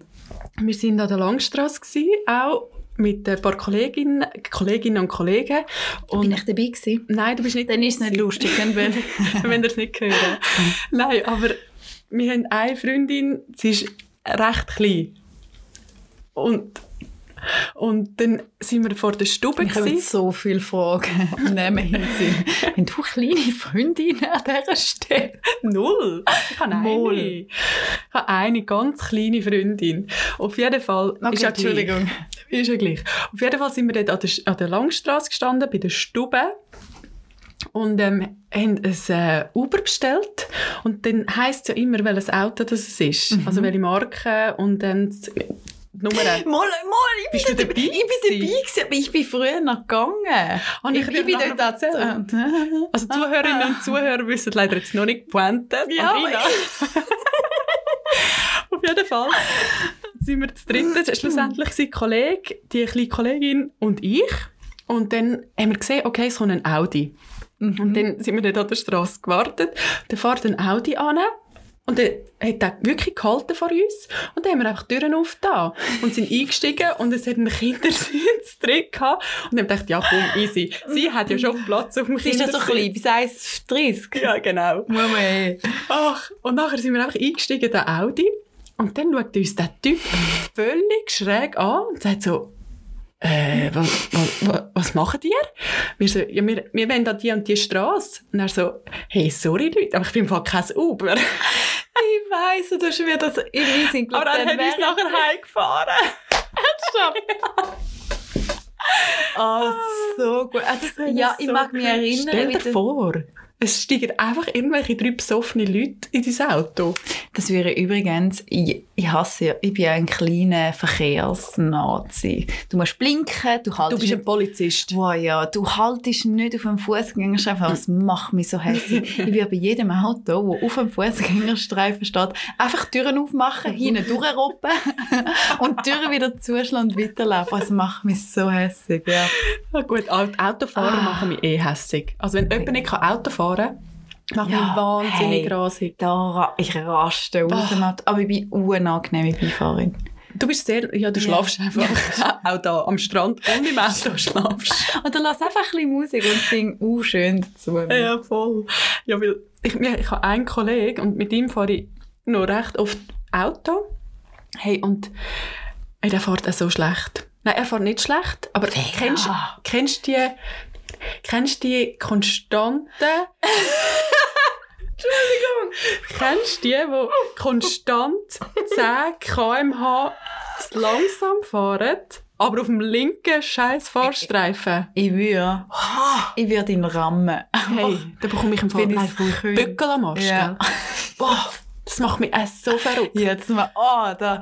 Speaker 1: wir sind an der Langstrasse gsi, auch mit ein paar Kolleginnen, Kolleginnen und Kollegen. Und
Speaker 2: Bin ich dabei gewesen?
Speaker 1: nein, du bist nicht
Speaker 2: Dann ist es nicht
Speaker 1: <laughs>
Speaker 2: lustig, dann bin
Speaker 1: wenn ihr es nicht hören.
Speaker 2: <laughs>
Speaker 1: Nein, aber wir haben eine Freundin, sie ist recht klein. Und, und dann sind wir vor der Stube.
Speaker 2: Ich habe
Speaker 1: gewesen.
Speaker 2: so viele Fragen
Speaker 1: <laughs>
Speaker 2: nehmen Hinsinn. Wenn du kleine Freundinnen an dieser Stelle.
Speaker 1: Null. Ich habe
Speaker 2: Moll.
Speaker 1: eine. Ich habe eine ganz kleine Freundin. Auf jeden Fall. ist ja gleich. Ist ja gleich. Auf jeden Fall sind wir dort an der, Sch- an der Langstrasse gestanden, bei der Stube. Und ähm, haben ein äh, Uber bestellt. Und dann heisst es ja immer, welches Auto das es ist. Also welche Marke und dann die die Nummer.
Speaker 2: Mal, mal, ich
Speaker 1: Bist
Speaker 2: bin
Speaker 1: du
Speaker 2: dabei,
Speaker 1: dabei
Speaker 2: ich bin dabei
Speaker 1: gewesen?
Speaker 2: gewesen, aber ich bin früher noch gegangen.
Speaker 1: Ah, und ich hab dir nachher erzählt.
Speaker 2: <laughs> erzählt.
Speaker 1: Also Zuhörerinnen und Zuhörer wissen leider jetzt noch nicht die Pointe.
Speaker 2: Ja, <laughs>
Speaker 1: Andrina. Auf jeden Fall sind wir zu dritt schlussendlich sein Kollege, die kleine Kollegin und ich. Und dann haben wir gesehen, okay, es kommt ein Audi.
Speaker 2: Mhm.
Speaker 1: Und dann sind wir dort an der Straße gewartet. Dann fährt ein Audi an. Und dann hat er wirklich gehalten vor uns. Und dann haben wir einfach die Türen aufgetan und sind eingestiegen und es hat einen Kindersitz <laughs> drin gehabt. Und dann haben wir gedacht, ja komm, easy. Sie hat ja schon Platz auf dem
Speaker 2: Sie ist ja
Speaker 1: Kindersitz.
Speaker 2: so klein, bis 1,30.
Speaker 1: Ja, genau.
Speaker 2: Moment.
Speaker 1: Ach, und nachher sind wir einfach eingestiegen in den Audi und dann schaut uns der Typ völlig schräg an und sagt so, äh, was, was, was machen ihr? Wir so, ja, wir, wir wollen an die und die Straße. Und er so, hey, sorry Leute, aber ich bin im Fall kein Uber.
Speaker 2: Ich weiss, du hast mir das irgendwie sind
Speaker 1: aber er hat uns nachher heimgefahren.
Speaker 2: <laughs>
Speaker 1: <laughs>
Speaker 2: Oh, so gut. Ah, das, ja, ich
Speaker 1: So
Speaker 2: mag mich
Speaker 1: cool.
Speaker 2: erinnern.
Speaker 1: Stell
Speaker 2: wie
Speaker 1: dir
Speaker 2: das-
Speaker 1: vor, es steigen einfach irgendwelche drei besoffene Leute in dein Auto.
Speaker 2: Das wäre übrigens, ich, ich hasse ja, ich bin ja ein kleiner Verkehrsnazi. Du musst blinken, du haltest
Speaker 1: Polizist.
Speaker 2: Wow, ja, du haltest nicht auf dem Fußgängerstreifen, das macht mich so <laughs> hässlich. Ich würde bei jedem Auto, das auf dem Fußgängerstreifen steht, einfach die Türen <laughs> aufmachen, hinten durchroppen und die Türen wieder zuschlagen und weiterlaufen. Das macht mich so hässlich. Ja.
Speaker 1: Ja, gut, Aut- Autofahrer
Speaker 2: Ah.
Speaker 1: machen mich eh hässig. Also wenn jemand nicht kann Auto fahren kann, macht
Speaker 2: Ja,
Speaker 1: mich wahnsinnig
Speaker 2: hey.
Speaker 1: rasig.
Speaker 2: Da, ra- ich raste aus dem Auto, aber ich bin unangenehme Beifahrerin.
Speaker 1: Du bist sehr... Ja, du
Speaker 2: Ja.
Speaker 1: schlafst <laughs> einfach. auch da am Strand und im Auto schlafst.
Speaker 2: Und Ah, dann lass einfach ein bisschen Musik und sing uh, schön dazu.
Speaker 1: ja, voll. Ja, weil ich, mir- ich habe einen Kollegen und mit ihm fahre ich noch recht oft Auto. Hey, und ey, der fährt auch so schlecht. Nein, er fährt nicht schlecht, aber kennst, kennst die... Kennst die konstante... Kennst du die, die konstant 10 km/h zu langsam fahren, aber auf dem linken scheiß Fahrstreifen?
Speaker 2: Ich würde, ich würde ihn rammen.
Speaker 1: Hey, da bekomme ich im Fall
Speaker 2: Bin ich
Speaker 1: Nein,
Speaker 2: so
Speaker 1: Böckel am Arsch,
Speaker 2: Ja.
Speaker 1: gell? Boah, Das macht mich auch so verrückt.
Speaker 2: <laughs> Jetzt mal, ah, da,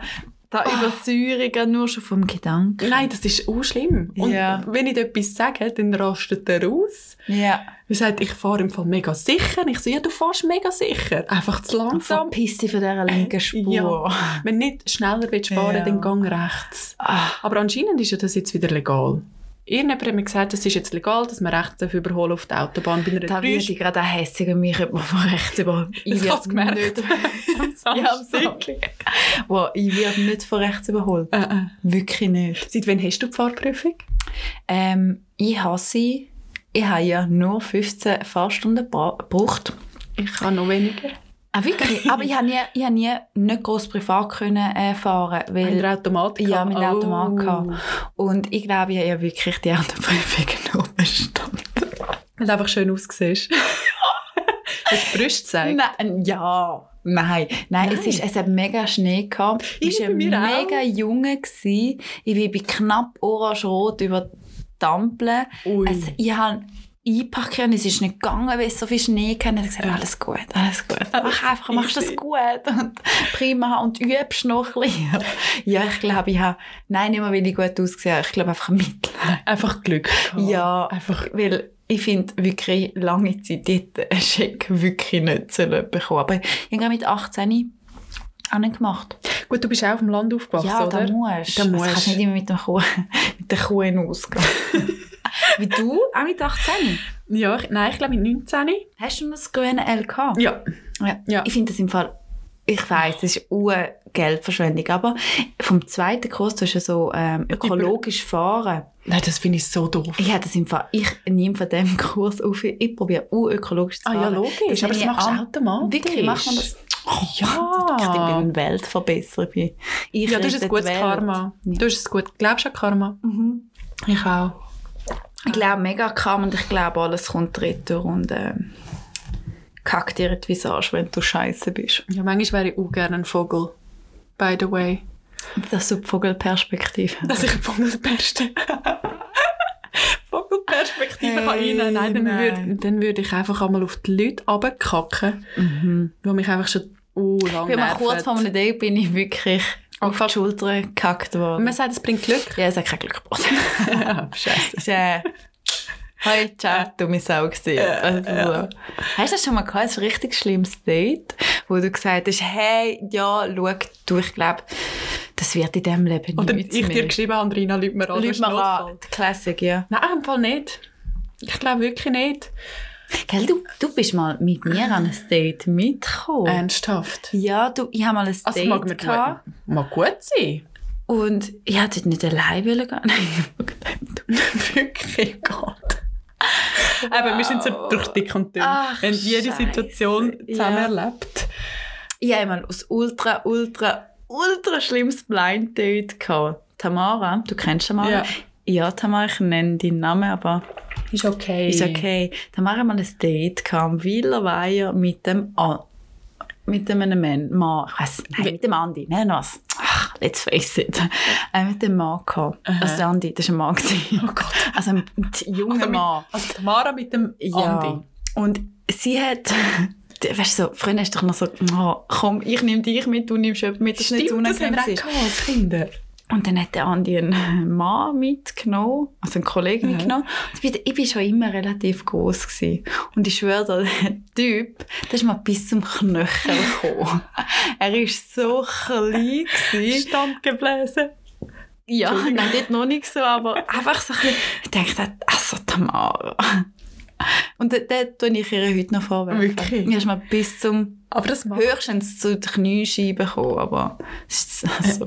Speaker 2: da Übersäuerung nur schon vom Gedanken.
Speaker 1: Nein, das ist auch schlimm. Und
Speaker 2: Ja.
Speaker 1: wenn ich da etwas sage, dann rastet er aus.
Speaker 2: Ja.
Speaker 1: Er sagt, ich fahre im Fall mega sicher. Ich so, ja, du fährst mega sicher. Einfach zu
Speaker 2: Und
Speaker 1: langsam.
Speaker 2: verpiss dich von dieser linken Spur.
Speaker 1: Ja. Wenn du nicht schneller willst fahren
Speaker 2: Ja.
Speaker 1: dann gang rechts.
Speaker 2: Ah.
Speaker 1: Aber anscheinend ist ja das jetzt wieder legal. Irgendjemand hat mir gesagt, es ist jetzt legal, dass man rechts darf überholen auf der Autobahn bei einer
Speaker 2: Da würde ich gerade auch hässig an mich, ob man von rechts über...
Speaker 1: Ich habe es gemerkt. <laughs> Am
Speaker 2: Ja,
Speaker 1: Samstag.
Speaker 2: wirklich. <laughs> Wow, ich werde nicht von rechts überholt.
Speaker 1: Äh, äh.
Speaker 2: Wirklich nicht.
Speaker 1: Seit wann hast du die Fahrprüfung?
Speaker 2: Ähm, ich hasse... Ich habe ja nur 15 Fahrstunden bra- gebraucht.
Speaker 1: Ich kann noch weniger.
Speaker 2: Ah, wirklich? Aber ich habe nie, ich habe nie nicht gross privat können, äh, fahren
Speaker 1: Mit
Speaker 2: weil
Speaker 1: der Oh. Automat
Speaker 2: Ja, mit
Speaker 1: mit
Speaker 2: der Automat gehabt. Und ich glaube, ich habe ja wirklich die Autoprüfung <laughs> nur bestanden.
Speaker 1: Weil du einfach schön ausgesehen <laughs> Hast du die Brüste gezeigt?
Speaker 2: Nein, ja. Nein, nein, Es, ist, es hat mega Schnee gehabt.
Speaker 1: Ich
Speaker 2: Ich war
Speaker 1: bei mir auch.
Speaker 2: mega junge. Gewesen. Ich bin knapp orange-rot über die Ampeln.
Speaker 1: Ui.
Speaker 2: Also, ich habe einpacken und es ist nicht gegangen, weil es so viel Schnee gab. Ich habe gesagt, alles gut, alles gut. Mach einfach, machst das
Speaker 1: easy.
Speaker 2: gut. Und prima und übst noch ein bisschen. Ja, ich glaube, ich habe, nein, nicht mehr, weil ich gut ausgesehen habe. Ich glaube, einfach Mitleid.
Speaker 1: Einfach Glück gehabt.
Speaker 2: Ja,
Speaker 1: Einfach.
Speaker 2: Weil ich finde wirklich lange Zeit dort einen Scheck wirklich nicht sollen bekommen. Aber ich habe mit 18 auch nicht gemacht.
Speaker 1: Gut, du bist auch auf dem Land aufgewachsen,
Speaker 2: ja,
Speaker 1: oder?
Speaker 2: da musst
Speaker 1: Da
Speaker 2: du.
Speaker 1: musst.
Speaker 2: Also kannst du nicht immer mit, dem Kuh, <laughs> mit der Kuh
Speaker 1: <laughs>
Speaker 2: hinausgehen. Wie du? Auch mit 18?
Speaker 1: Ja, ich, nein, ich glaube mit 19.
Speaker 2: Hast du noch das grüne LK?
Speaker 1: Ja.
Speaker 2: Ja.
Speaker 1: Ja.
Speaker 2: Ich finde das im Fall, ich weiß, das ist eine Geldverschwendung, aber vom zweiten Kurs, du hast ja so ähm, ökologisch fahren.
Speaker 1: Nein, das finde ich so doof.
Speaker 2: Ich habe das im Fall, ich nehme von diesem Kurs auf, ich probiere auch ökologisch zu
Speaker 1: Ah
Speaker 2: fahren.
Speaker 1: ja, logisch.
Speaker 2: Das habe
Speaker 1: aber das
Speaker 2: ich
Speaker 1: machst du
Speaker 2: am-
Speaker 1: automatisch.
Speaker 2: Wirklich, macht man das?
Speaker 1: Ja.
Speaker 2: Ich bin eine Weltverbesserer. Ich
Speaker 1: ja, du hast
Speaker 2: rette
Speaker 1: ein
Speaker 2: die
Speaker 1: gutes
Speaker 2: Welt.
Speaker 1: Karma.
Speaker 2: Ja.
Speaker 1: Du hast ein gut. Glaubst du an Karma?
Speaker 2: Mhm.
Speaker 1: Ich auch.
Speaker 2: Ich glaube mega Karma und ich glaube, alles kommt retour und ähm, kack dir die Visage, wenn du scheiße bist.
Speaker 1: Ja, manchmal wäre ich auch gerne ein Vogel. By the way.
Speaker 2: Das ist so die Vogelperspektive. <laughs>
Speaker 1: Dass ich ein Vogelperste. <laughs> Vogelperspektive kann
Speaker 2: Hey,
Speaker 1: rein. Nein, dann
Speaker 2: nein.
Speaker 1: würde dann würd ich einfach einmal auf die Leute runterkacken, die mich einfach schon uh, lange
Speaker 2: Ich bin mal kurz vor einem Date bin ich wirklich auf die Schulter gekackt worden.
Speaker 1: Man sagt, es bringt Glück.
Speaker 2: Ja, es hat kein Glück gebracht.
Speaker 1: Ja, scheiße.
Speaker 2: Ist, äh, Hoi, ciao, du bist auch gesehen. Also, so. Hast du das schon mal gehabt, so ein richtig schlimmes Date, wo du gesagt hast, hey, ja, schau, du, ich glaube, das wird in diesem Leben
Speaker 1: Oder
Speaker 2: nichts
Speaker 1: ich dir
Speaker 2: mehr.
Speaker 1: geschrieben habe, Rina, Leute mir an. das
Speaker 2: Leute
Speaker 1: ist
Speaker 2: mal
Speaker 1: Notfall.
Speaker 2: an. Die Classic, ja.
Speaker 1: Nein, im Fall nicht. Ich glaube wirklich nicht.
Speaker 2: Gell, du, du bist mal mit mir an ein Date mitgekommen.
Speaker 1: Ernsthaft.
Speaker 2: Ja, du, ich habe mal ein
Speaker 1: Oh. Also
Speaker 2: Date
Speaker 1: mag mir
Speaker 2: gehabt.
Speaker 1: gut, mag gut sein.
Speaker 2: Und ich hätte dort nicht allein wollen gehen. <laughs> Nein, ich habe gedacht, du-
Speaker 1: <laughs> wirklich Gott. Eben, wir sind so durch dick und dünn.
Speaker 2: Ach,
Speaker 1: Wenn jede
Speaker 2: Scheiße.
Speaker 1: Situation zusammen
Speaker 2: Ja.
Speaker 1: erlebt.
Speaker 2: Ich habe mal ein ultra, ultra, ultra schlimmes Blind Date gehabt. Tamara, du kennst Tamara?
Speaker 1: Ja.
Speaker 2: Ja, Tamara, ich nenne deinen Namen, aber
Speaker 1: Ist okay.
Speaker 2: ist okay. Tamara hat mal ein Date gehabt am Weilerweiher mit dem An mit dem einem Mann, Mann, ich weiss, nein, mit dem Andi, nein, was? Ach, let's face it. Äh, mit dem Mann gehabt. Also der Andi, das war ein Mann.
Speaker 1: Oh
Speaker 2: gewesen.
Speaker 1: Gott.
Speaker 2: Also ein junger
Speaker 1: Also, mit,
Speaker 2: Mann.
Speaker 1: also Tamara mit dem
Speaker 2: Ja.
Speaker 1: Andi.
Speaker 2: Und sie hat, <laughs> die- weißt du, so, früher hast du doch noch so, oh, komm, ich nehme dich mit, du nimmst jemanden mit, das ist nicht so unangenehm.
Speaker 1: das haben wir auch
Speaker 2: gewesen.
Speaker 1: gehabt als Kinder.
Speaker 2: Und dann hat der Andi einen Mann mitgenommen, also einen Kollegen mitgenommen. Und ich bin- ich war schon immer relativ groß gewesen. Und ich schwöre dir, der <laughs> Typ, der ist mal bis zum Knöchel gekommen. <laughs> er war so klein. Gewesen.
Speaker 1: Standgebläse.
Speaker 2: Ja, nein, dort noch nicht so, aber <laughs> einfach so ein bisschen. Ich denke, also Tamara. Und da, da tue ich ihr heute noch vorwerfen.
Speaker 1: Wirklich?
Speaker 2: Ich mal bis zum,
Speaker 1: Aber das macht
Speaker 2: höchstens zu den Kniescheiben gekommen, aber es ist also,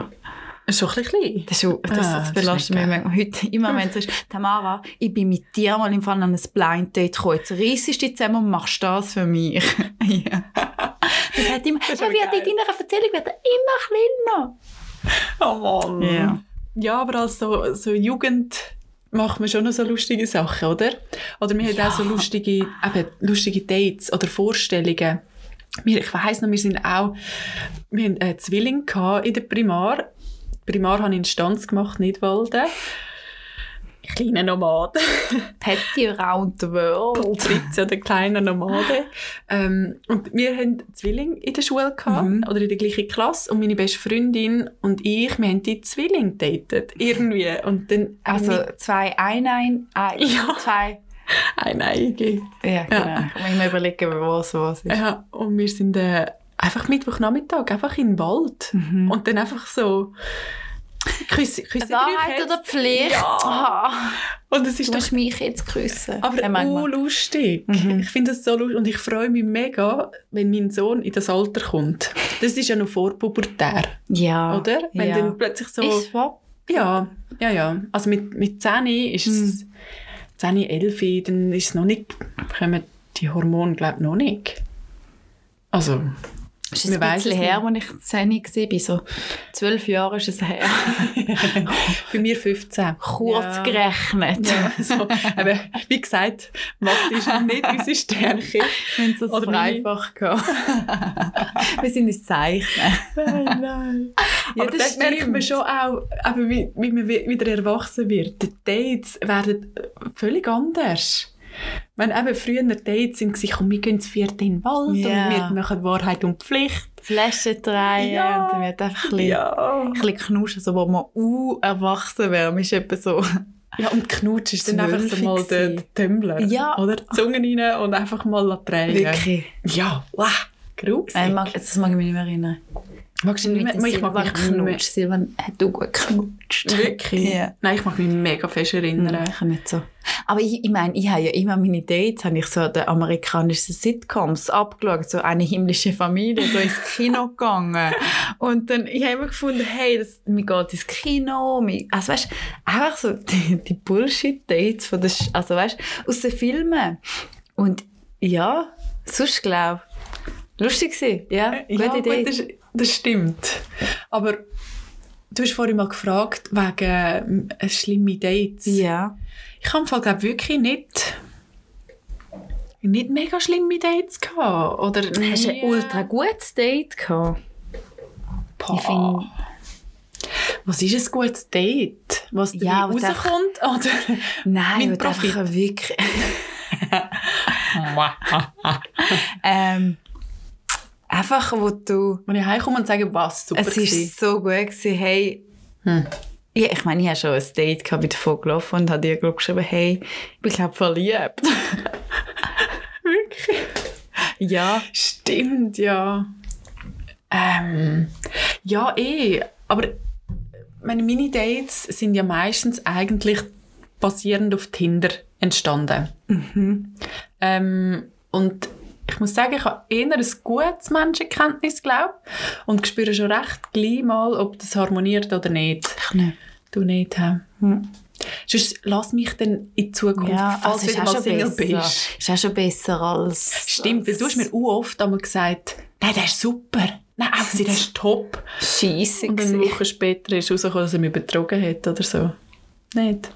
Speaker 1: schon ein bisschen klein.
Speaker 2: das, ist, schon- das,
Speaker 1: Ah,
Speaker 2: das
Speaker 1: das
Speaker 2: belastet
Speaker 1: ist
Speaker 2: mich
Speaker 1: nicht
Speaker 2: manchmal heute immer, wenn es ist, Tamara, ich bin mit dir mal im Fall an ein Blind Date gekommen, jetzt reissest du dich zusammen und machst das für mich. <laughs> ja. Das hat immer,
Speaker 1: ist
Speaker 2: er
Speaker 1: aber
Speaker 2: wird
Speaker 1: geil.
Speaker 2: in deiner Erzählung wird er immer
Speaker 1: Oh Mann.
Speaker 2: Ja.
Speaker 1: Ja, aber als so, so Jugend macht man schon noch so lustige Sachen, oder? Oder wir haben
Speaker 2: Ja.
Speaker 1: auch so lustige, eben, lustige Dates oder Vorstellungen. Wir, ich weiss noch, wir sind auch, wir hatten einen Zwilling gehabt in der Primar. Primar habe ich in Stanz gemacht, Nidwalden. Ich kleiner Nomade.
Speaker 2: Patty around the world.
Speaker 1: Fritz, ja, der kleine Nomade. Ähm, und wir haben Zwilling in der Schule gehabt,
Speaker 2: Mhm.
Speaker 1: oder in der gleichen Klasse. Und meine beste Freundin und ich, wir haben die Zwillinge datet. Irgendwie. Und dann.
Speaker 2: Also zwei ein, ein, ein,
Speaker 1: <laughs> Ja.
Speaker 2: zwei.
Speaker 1: Ein Eige.
Speaker 2: Ja, genau. Ich muss mir überlegen, was was ist.
Speaker 1: Ja, und wir sind äh, einfach Mittwochnachmittag einfach in den Wald.
Speaker 2: Mhm.
Speaker 1: Und dann einfach so. Küsse, küsse
Speaker 2: Wahrheit
Speaker 1: drei
Speaker 2: oder
Speaker 1: Herzen.
Speaker 2: Pflicht?
Speaker 1: Ja.
Speaker 2: Aha.
Speaker 1: Und es
Speaker 2: Du
Speaker 1: ist doch
Speaker 2: musst mich jetzt küssen.
Speaker 1: Aber
Speaker 2: Ja,
Speaker 1: auch
Speaker 2: manchmal.
Speaker 1: lustig.
Speaker 2: Mhm.
Speaker 1: Ich finde das so lustig. Und ich freue mich mega, wenn mein Sohn in das Alter kommt. Das ist ja noch vorpubertär,
Speaker 2: ja.
Speaker 1: oder? Wenn
Speaker 2: ja.
Speaker 1: dann plötzlich so...
Speaker 2: Ist wahr.
Speaker 1: ja, ja, ja. Also mit, mit 10 ist es... 10, 11, dann ist es noch nicht... kommen die Hormone, glaube ich, noch nicht. Also, <laughs>
Speaker 2: Ist es
Speaker 1: Man
Speaker 2: ein
Speaker 1: weiss
Speaker 2: bisschen
Speaker 1: es
Speaker 2: her, als ich 10 war? So zwölf Jahre ist es her.
Speaker 1: <laughs> bei mir 15.
Speaker 2: Kurz
Speaker 1: Ja.
Speaker 2: gerechnet.
Speaker 1: Ja, so. Aber wie gesagt, Mathe ist nicht unsere <laughs> Stärke.
Speaker 2: Wir haben so
Speaker 1: Oder meine-
Speaker 2: gehabt. Wir sind ins Zeichnen.
Speaker 1: Nein, nein.
Speaker 2: Ja,
Speaker 1: aber
Speaker 2: das
Speaker 1: das merkt man
Speaker 2: stimmt.
Speaker 1: schon auch, aber wie, wie man wi- wieder erwachsen wird. Die Dates werden äh, völlig anders. Wenn eben früher Dates sind, gewesen, komm, wir gehen zu viert in den Wald
Speaker 2: Ja.
Speaker 1: und wir machen Wahrheit und Pflicht.
Speaker 2: Flaschen drehen
Speaker 1: Ja.
Speaker 2: und dann wird einfach ein bisschen,
Speaker 1: Ja.
Speaker 2: ein bisschen knuschen, so, wo man uh, erwachsen wäre. Man ist etwa so...
Speaker 1: ja und Knutsch ist dann einfach
Speaker 2: Zwölf
Speaker 1: so mal der
Speaker 2: gewesen.
Speaker 1: der Tümmler.
Speaker 2: Ja.
Speaker 1: Oder Die Zunge rein und einfach mal drehen. Ja, wow. Gruselig.
Speaker 2: Nein, mag, das mag ich mich nicht mehr erinnern.
Speaker 1: Magst du nicht mehr? Ich mag mich
Speaker 2: knutscht. Silvan hat du gut geknutscht.
Speaker 1: mehr- Wirklich?
Speaker 2: Ja.
Speaker 1: Nein, ich mag mich mega fest erinnern.
Speaker 2: Nein, ich nicht so. Aber ich, ich meine, ich habe ja immer meine Dates, habe ich so an den amerikanischen Sitcoms abgeschaut, so eine himmlische Familie, so ins <laughs> Kino gegangen. Und dann, ich habe immer gefunden, hey, das, mir geht ins Kino, mir, also weißt, einfach so die, die Bullshit-Dates von der, Sch- also weißt, aus den Filmen. Und ja, sonst glaube ich, lustig gewesen, ja, gute
Speaker 1: Ja, gut,
Speaker 2: Dates.
Speaker 1: das, das stimmt. Aber du hast vorhin mal gefragt, wegen ähm, äh, schlimme Dates.
Speaker 2: Ja.
Speaker 1: Ich habe im Fall, glaub, wirklich nicht, nicht mega schlimme Dates gehabt. Oder
Speaker 2: Hast du
Speaker 1: nie-
Speaker 2: ein ultra gutes Date gehabt?
Speaker 1: Pah.
Speaker 2: Ich finde-
Speaker 1: Was ist ein gutes Date? Was
Speaker 2: Ja,
Speaker 1: dabei
Speaker 2: aber das-
Speaker 1: rauskommt? Oder? <laughs>
Speaker 2: Nein,
Speaker 1: Mit
Speaker 2: aber
Speaker 1: Profit.
Speaker 2: einfach wirklich... Ähm, einfach, wo du.
Speaker 1: Wenn ich heimkomme und sage, was, super
Speaker 2: es
Speaker 1: gewesen.
Speaker 2: ist so gut gewesen, hey.
Speaker 1: Hm.
Speaker 2: Ja, ich meine, ich habe schon ein Date gehabt mit Vogelhoff und habe dir glaub, geschrieben, hey, ich bin glaube <laughs> verliebt.
Speaker 1: Wirklich?
Speaker 2: ja.
Speaker 1: Stimmt, ja. Ähm, ja, eh. Aber meine Mini-Dates sind ja meistens eigentlich basierend auf Tinder entstanden.
Speaker 2: Mhm.
Speaker 1: Ähm, und ich muss sagen, ich habe eher ein gutes Menschenkenntnis, glaube Und spüre schon recht gleich mal, ob das harmoniert oder nicht.
Speaker 2: Ich nicht.
Speaker 1: Du nicht, hä?
Speaker 2: Hm.
Speaker 1: Sonst lass mich dann in Zukunft,
Speaker 2: Ja,
Speaker 1: falls
Speaker 2: also
Speaker 1: du
Speaker 2: ist
Speaker 1: wieder
Speaker 2: auch
Speaker 1: mal
Speaker 2: schon
Speaker 1: Single
Speaker 2: besser.
Speaker 1: bist.
Speaker 2: Ist auch schon besser als.
Speaker 1: Stimmt, weil du hast mir auch oft einmal gesagt, nein, der ist super. Nein, also der ist top.
Speaker 2: Scheisse.
Speaker 1: Und eine
Speaker 2: gewesen.
Speaker 1: Woche später ist rausgekommen, dass er mich betrogen hat oder so. Nicht?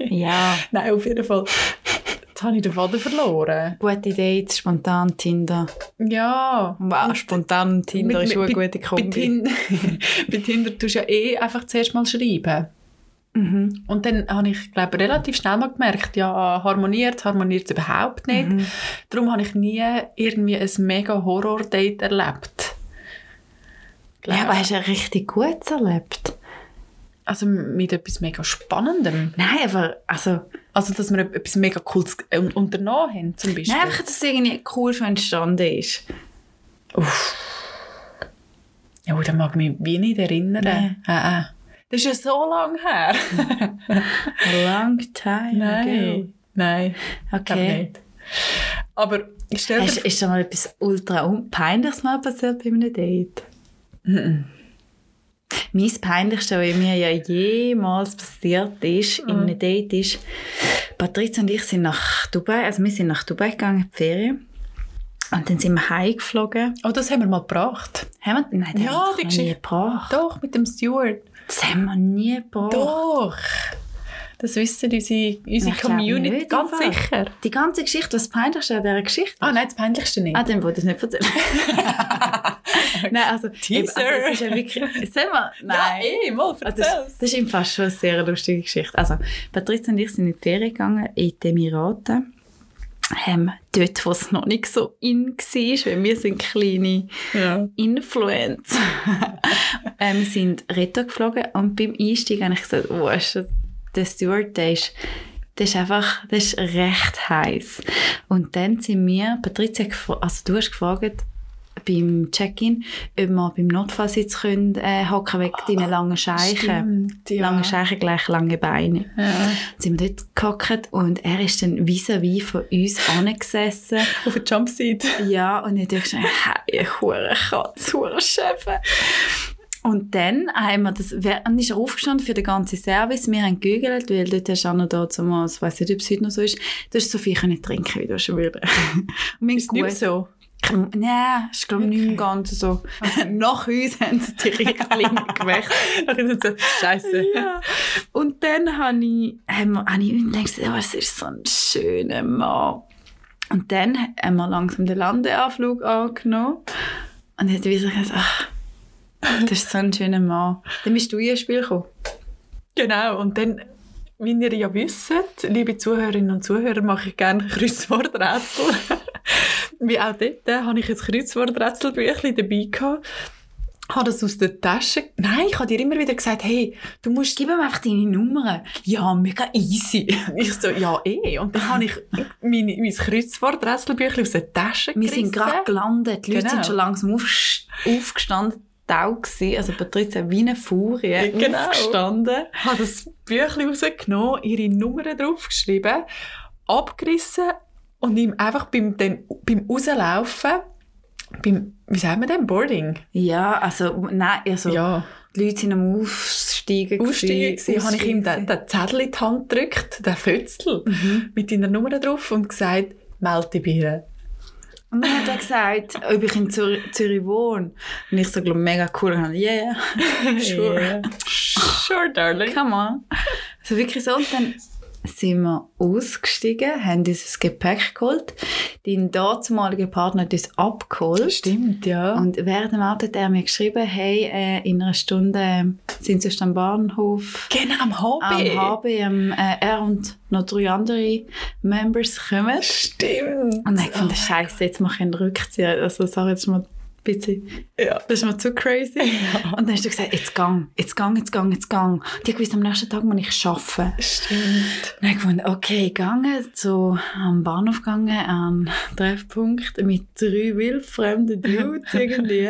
Speaker 2: Ja.
Speaker 1: Nein, auf jeden Fall. Jetzt habe ich den Faden verloren.
Speaker 2: Gute Dates, spontan Tinder.
Speaker 1: Ja.
Speaker 2: Wow, spontan Tinder
Speaker 1: Mit-
Speaker 2: ist auch eine
Speaker 1: mit-
Speaker 2: gute Kombi.
Speaker 1: Bei, Tinder, <laughs> bei Tinder tust du ja eh einfach zuerst mal schreiben.
Speaker 2: Mhm.
Speaker 1: Und dann habe ich, glaube relativ schnell mal gemerkt, ja, harmoniert, harmoniert es überhaupt nicht. Darum habe ich nie irgendwie ein mega Horror-Date erlebt.
Speaker 2: Ja, aber hast du ja richtig gut erlebt.
Speaker 1: Also mit etwas mega Spannendem.
Speaker 2: Nein, aber also.
Speaker 1: Also, dass wir etwas mega Cooles äh, unternommen haben, zum Beispiel.
Speaker 2: Nein, einfach, dass es irgendwie cool schon entstanden ist.
Speaker 1: Ja, oh, da mag ich mich wie nicht erinnern.
Speaker 2: Nee.
Speaker 1: Ah, ah. Das ist ja so lange
Speaker 2: <laughs>
Speaker 1: her.
Speaker 2: A long time
Speaker 1: Nein. Nein.
Speaker 2: ago.
Speaker 1: glaub
Speaker 2: Okay.
Speaker 1: Nicht. Aber ich stelle
Speaker 2: Hast, ist schon mal etwas ultra un- peinliches mal passiert bei einem Date? Mein Peinlichste, was mir ja jemals passiert ist,
Speaker 1: Mm.
Speaker 2: in einem Date ist, Patricia und ich sind nach Dubai, also wir sind nach Dubai gegangen, in die Ferien. Und dann sind wir heimgeflogen.
Speaker 1: Oh, das haben wir mal gebracht.
Speaker 2: Haben wir, nein, das
Speaker 1: Ja,
Speaker 2: haben wir doch noch
Speaker 1: die
Speaker 2: nie
Speaker 1: Geschichte.
Speaker 2: gebracht.
Speaker 1: Doch, mit dem Steward.
Speaker 2: Das haben wir nie gebracht.
Speaker 1: Doch. Das wissen unsere, unsere
Speaker 2: Ich glaub
Speaker 1: Community
Speaker 2: nicht,
Speaker 1: ganz
Speaker 2: im Fall.
Speaker 1: sicher.
Speaker 2: Die ganze Geschichte, was das Peinlichste an dieser Geschichte
Speaker 1: Ah nein, das Peinlichste nicht.
Speaker 2: Ah, dann wollte ich es nicht erzählen.
Speaker 1: <laughs>
Speaker 2: <laughs> nein, also,
Speaker 1: Teaser.
Speaker 2: eben, Also, es ist ja wirklich, sehen wir?
Speaker 1: <laughs> Ja,
Speaker 2: Nein.
Speaker 1: eh, mal,
Speaker 2: Also, das,
Speaker 1: erzähl's.
Speaker 2: das ist im Fall schon eine sehr lustige Geschichte. Also, Patricia und ich sind in die Ferien gegangen, in die Emiraten. Ähm, dort, wo es noch nicht so in war, weil wir sind kleine
Speaker 1: Ja.
Speaker 2: Influencer. <laughs> ähm, wir sind Retter geflogen und beim Einstieg habe ich gesagt, oh, ist das, der Steward, der ist, der ist einfach, der ist recht heiß. Und dann sind wir, Patricia, gefra- also du hast gefragt, beim Check-in, ob wir beim Notfallsitz können, äh, hocken wegen deinen langen Scheichen.
Speaker 1: Ah, Stimmt, ja.
Speaker 2: Lange Scheichen gleich lange Beine
Speaker 1: Ja.
Speaker 2: sind wir dort gehockt und er ist dann vis-à-vis von uns angesessen.
Speaker 1: Auf der Jumpseat.
Speaker 2: <laughs> Ja, und ich dachte schon, hey, hure Katz, hure Schäfe. Und dann haben wir das, wer- dann ist er aufgestanden für den ganzen Service. Wir haben gegügelt, weil dort hast du auch noch da zumal, ich weiss nicht, ob es heute noch so ist, du hast so viel können trinken, wie du schon <laughs> würdest. Und wir
Speaker 1: Ist nicht mehr so.
Speaker 2: Gut. Nein, ist glaube ich nicht mehr ganz so. Also, <laughs> Nach uns haben sie die <laughs> Richtlinie
Speaker 1: <laughs>
Speaker 2: gewechselt.
Speaker 1: Ach, ich hab gesagt, Scheiße.
Speaker 2: Ja. Und dann habe ich, haben wir, habe ich ihm gedacht, oh, es ist so ein schöner Mann. Und dann haben wir langsam den Landeanflug angenommen. Und dann hat er wieder gesagt, ach, das ist so ein schöner Mann. Dann bist du in ein Spiel gekommen.
Speaker 1: Genau, und dann, wie ihr ja wisst, liebe Zuhörerinnen und Zuhörer, mache ich gerne <laughs> Kreuzworträtsel. <laughs> wie auch dort äh, habe ich ein Kreuzworträtselbüchlein dabei gehabt. Habe das aus der Tasche... Nein, ich habe dir immer wieder gesagt, hey, du musst <laughs>
Speaker 2: Gib ihm einfach deine Nummern. Ja, mega easy.
Speaker 1: Ich so, ja eh. Und dann habe ich
Speaker 2: <laughs>
Speaker 1: meine, mein Kreuzworträtselbüchlein aus der Tasche
Speaker 2: Wir sind
Speaker 1: gerissen.
Speaker 2: gerade gelandet. Die Leute
Speaker 1: Genau.
Speaker 2: sind schon langsam auf, aufgestanden. Tau gewesen. Also Patricia wie eine Furie.
Speaker 1: Ja, genau.
Speaker 2: Aufgestanden.
Speaker 1: habe das Büchlein rausgenommen, ihre Nummern draufgeschrieben, abgerissen und ihm einfach beim, dem, beim Rauslaufen, beim, wie sagen wir denn, Boarding?
Speaker 2: Ja, also, nein, also,
Speaker 1: Ja,
Speaker 2: die Leute sind am Aufsteigen. gewesen.
Speaker 1: aussteigen gewesen, habe ich ihm den,
Speaker 2: Aussteigen Mhm.
Speaker 1: den Zettel in die Hand gedrückt, den Fötzel, mit deiner Nummer drauf und gesagt, melde dich bei ihr.
Speaker 2: gewesen. Und dann hat er gesagt, ob ich in Zür Zürich wohne. Und ich so, glaube mega cool. Und ich,
Speaker 1: <laughs>
Speaker 2: yeah, <laughs> sure.
Speaker 1: Yeah. Sure, darling.
Speaker 2: Come on. Also wirklich so. Und dann sind wir ausgestiegen, haben unser Gepäck geholt. Dein damaliger Partner hat uns abgeholt.
Speaker 1: Stimmt, ja.
Speaker 2: Und während dem Auto hat er mir geschrieben, hey, äh, in einer Stunde sind sie am Bahnhof.
Speaker 1: genau, am
Speaker 2: Am
Speaker 1: HB.
Speaker 2: HB, am, äh, er und noch drei andere Members kommen.
Speaker 1: Stimmt.
Speaker 2: Und dann Oh ich fand, Scheiße, jetzt mache ich einen Rückzieher. Also, sorry, das ist mir ein bisschen,
Speaker 1: Ja.
Speaker 2: das ist mir zu crazy. Und dann hast du gesagt, jetzt gang, jetzt gang, jetzt gang, jetzt gang. Und ich wusste, am nächsten Tag muss ich arbeiten.
Speaker 1: Stimmt.
Speaker 2: Dann habe ich gefunden, okay, gegangen, so am Bahnhof gegangen, an <laughs> den Treffpunkt mit drei wildfremden Dudes irgendwie.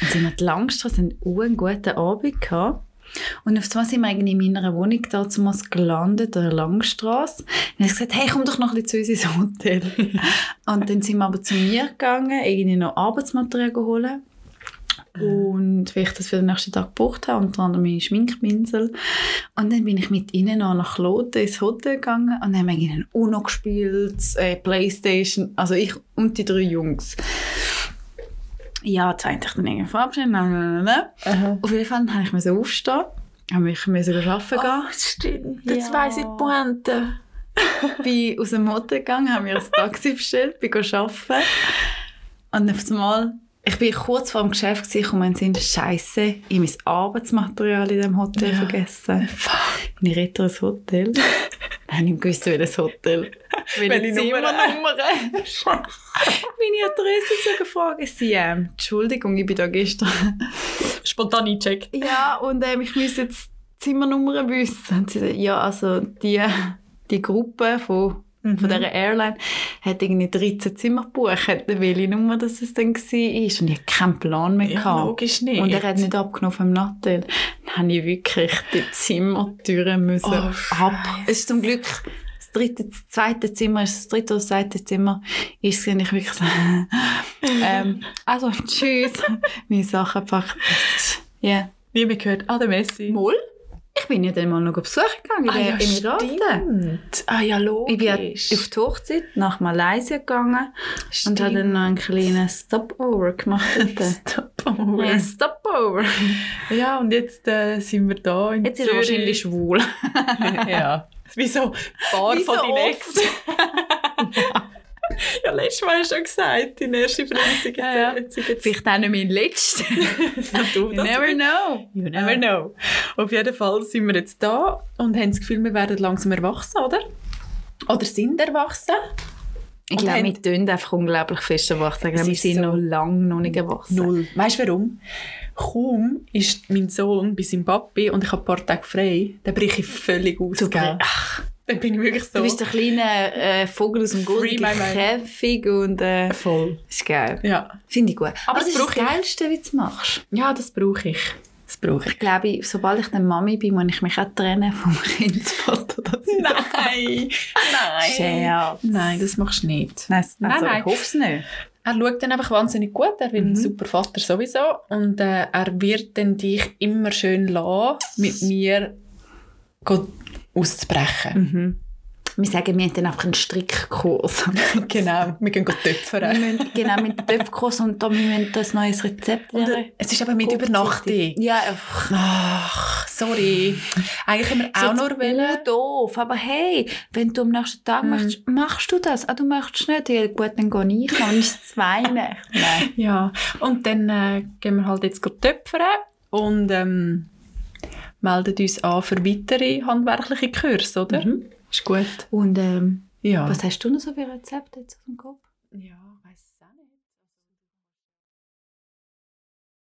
Speaker 2: Dann sind wir die Langstrasse, hatten einen guten Abend gehabt. Und auf einmal sind wir eigentlich in meiner Wohnung da damals gelandet, an der Langstrasse. Und ich gesagt, hey, komm doch noch ein bisschen zu uns ins Hotel. und dann sind wir aber zu mir gegangen, irgendwie noch Arbeitsmaterial geholt. Und weil ich das für den nächsten Tag gebraucht habe, unter anderem meine Schminkpinsel. Und dann bin ich mit ihnen noch nach Kloten ins Hotel gegangen und dann haben wir ihnen Uno gespielt, äh, Playstation, also ich und die drei Jungs. Ja, die haben sich dann irgendwie verabschiedet. Na, na, na, na.
Speaker 1: Aha.
Speaker 2: Auf jeden Fall musste ich müssen aufstehen, habe ich müssen arbeiten gehen.
Speaker 1: stimmt.
Speaker 2: Jetzt weiss ich die
Speaker 1: Pointe.
Speaker 2: bin aus dem Hotel gegangen, habe mir ein Taxi bestellt, bin arbeiten. Und auf einmal, ich bin kurz vor dem Geschäft gewesen, ich komme in den Sinn, Scheiße, ich habe mein Arbeitsmaterial in diesem Hotel
Speaker 1: Ja.
Speaker 2: vergessen. Und ich rette ins Hotel. Dann habe ich gewusst, welches
Speaker 1: <laughs>
Speaker 2: Hotel.
Speaker 1: Welche <laughs>
Speaker 2: Meine Adresse so gefragt. Sie, ähm, Entschuldigung, ich bin da gestern.
Speaker 1: Spontan eingecheckt.
Speaker 2: Ja, und ähm, ich müsste jetzt die Zimmernummer wissen. Und sie sagt, ja, also die, die Gruppe von,
Speaker 1: Mhm.
Speaker 2: von dieser Airline hat irgendwie 13 Zimmer gebucht, welche Nummer das es dann war. Und ich hatte keinen Plan mehr.
Speaker 1: Ja,
Speaker 2: gehabt.
Speaker 1: logisch nicht.
Speaker 2: und er hat nicht abgenommen vom Nattel. Dann habe ich wirklich die Zimmertüren müssen
Speaker 1: Oh,
Speaker 2: ab. Es ist zum Glück das dritte, das zweite Zimmer, ist das dritte oder das zweite Zimmer. Ist es nicht wirklich so. <laughs> ähm, also,
Speaker 1: <laughs>
Speaker 2: tschüss. Meine Sachen gepackt. Ja.
Speaker 1: nie mehr gehört. Ah, der Messi.
Speaker 2: Moll? Ich Ich bin ja dann mal noch besuchen gegangen in den Emiraten.
Speaker 1: stimmt. Ah ja, Ah, logisch.
Speaker 2: Ich bin ja auf die Hochzeit nach Malaysia gegangen und habe dann noch einen kleinen Stopover gemacht.
Speaker 1: <laughs>
Speaker 2: dort.
Speaker 1: Stopover.
Speaker 2: <laughs> Ja, Stopover.
Speaker 1: Ja, und jetzt äh, sind wir da in
Speaker 2: Jetzt ist er
Speaker 1: Zürich.
Speaker 2: wahrscheinlich <laughs> schwul.
Speaker 1: <laughs> ja. Wieso? Bar
Speaker 2: Wie
Speaker 1: von
Speaker 2: so
Speaker 1: die
Speaker 2: oft.
Speaker 1: nächste. ja, letztes Mal hast du schon gesagt, deine erste Verletzung.
Speaker 2: Ja, ja. Vielleicht auch nicht mein
Speaker 1: <laughs>
Speaker 2: letzter.
Speaker 1: Du,
Speaker 2: You never know.
Speaker 1: You never know. Auf jeden Fall sind wir jetzt da und haben das Gefühl, wir werden langsam erwachsen, oder? Oder sind erwachsen?
Speaker 2: Ich
Speaker 1: Und
Speaker 2: glaube,
Speaker 1: haben-
Speaker 2: wir tun einfach unglaublich fest erwachsen. Ich
Speaker 1: Es
Speaker 2: glaube, wir
Speaker 1: ist
Speaker 2: sind
Speaker 1: so.
Speaker 2: noch lange noch nicht erwachsen.
Speaker 1: Null. Weißt du warum? Kaum ist mein Sohn bei seinem Papi und ich habe ein paar Tage frei, dann breche ich völlig aus.
Speaker 2: Du,
Speaker 1: gell?
Speaker 2: ach,
Speaker 1: Dann bin ich wirklich so
Speaker 2: du bist ein kleiner äh, Vogel aus dem
Speaker 1: Free
Speaker 2: goldenen
Speaker 1: my mind.
Speaker 2: Käfig und äh,
Speaker 1: voll.
Speaker 2: ist geil.
Speaker 1: Ja.
Speaker 2: Finde ich gut.
Speaker 1: Aber
Speaker 2: Aber
Speaker 1: das
Speaker 2: das ist das
Speaker 1: brauche ich.
Speaker 2: Geilste, wie du es machst.
Speaker 1: ja, das brauche ich. Das brauche ich.
Speaker 2: Ich glaube, ich- sobald ich dann Mami bin, muss ich mich auch trennen vom <laughs> Kindsvater. Das ist-
Speaker 1: <laughs> Nein! Nein!
Speaker 2: Scherz.
Speaker 1: Nein, das machst du nicht.
Speaker 2: Nein, also,
Speaker 1: Nein, nein.
Speaker 2: ich hoffe es nicht.
Speaker 1: Er schaut dann einfach wahnsinnig gut, er wird ein
Speaker 2: Mhm.
Speaker 1: super Vater sowieso und äh, er wird dann dich immer schön lassen, mit mir go- auszubrechen.
Speaker 2: Mhm. Wir sagen, wir haben dann einfach einen Strickkurs.
Speaker 1: <laughs> <laughs> Genau, wir gehen go
Speaker 2: wir
Speaker 1: töpfern.
Speaker 2: müssen, genau, mit dem Töpfkurs und da müssen wir ein neues Rezept
Speaker 1: Und,
Speaker 2: lernen.
Speaker 1: äh, es ist aber mit
Speaker 2: Guckt
Speaker 1: Übernachtung.
Speaker 2: Ja, einfach.
Speaker 1: Ach, sorry. Eigentlich haben wir auch
Speaker 2: Sind
Speaker 1: nur
Speaker 2: nur
Speaker 1: wollen.
Speaker 2: doof, aber hey, wenn du am nächsten Tag
Speaker 1: Mhm.
Speaker 2: machst, machst du das. Ah, du möchtest nicht. Ja, gut, dann gehe ich. Dann ist es
Speaker 1: <laughs>
Speaker 2: Weihnachten. Nein.
Speaker 1: Ja, und dann äh, gehen wir halt jetzt go töpfern und ähm, melden uns an für weitere handwerkliche Mhm. Kurse, oder? Ist gut.
Speaker 2: Und ähm,
Speaker 1: Ja.
Speaker 2: was hast du noch so für Rezepte jetzt auf dem Kopf?
Speaker 1: ja.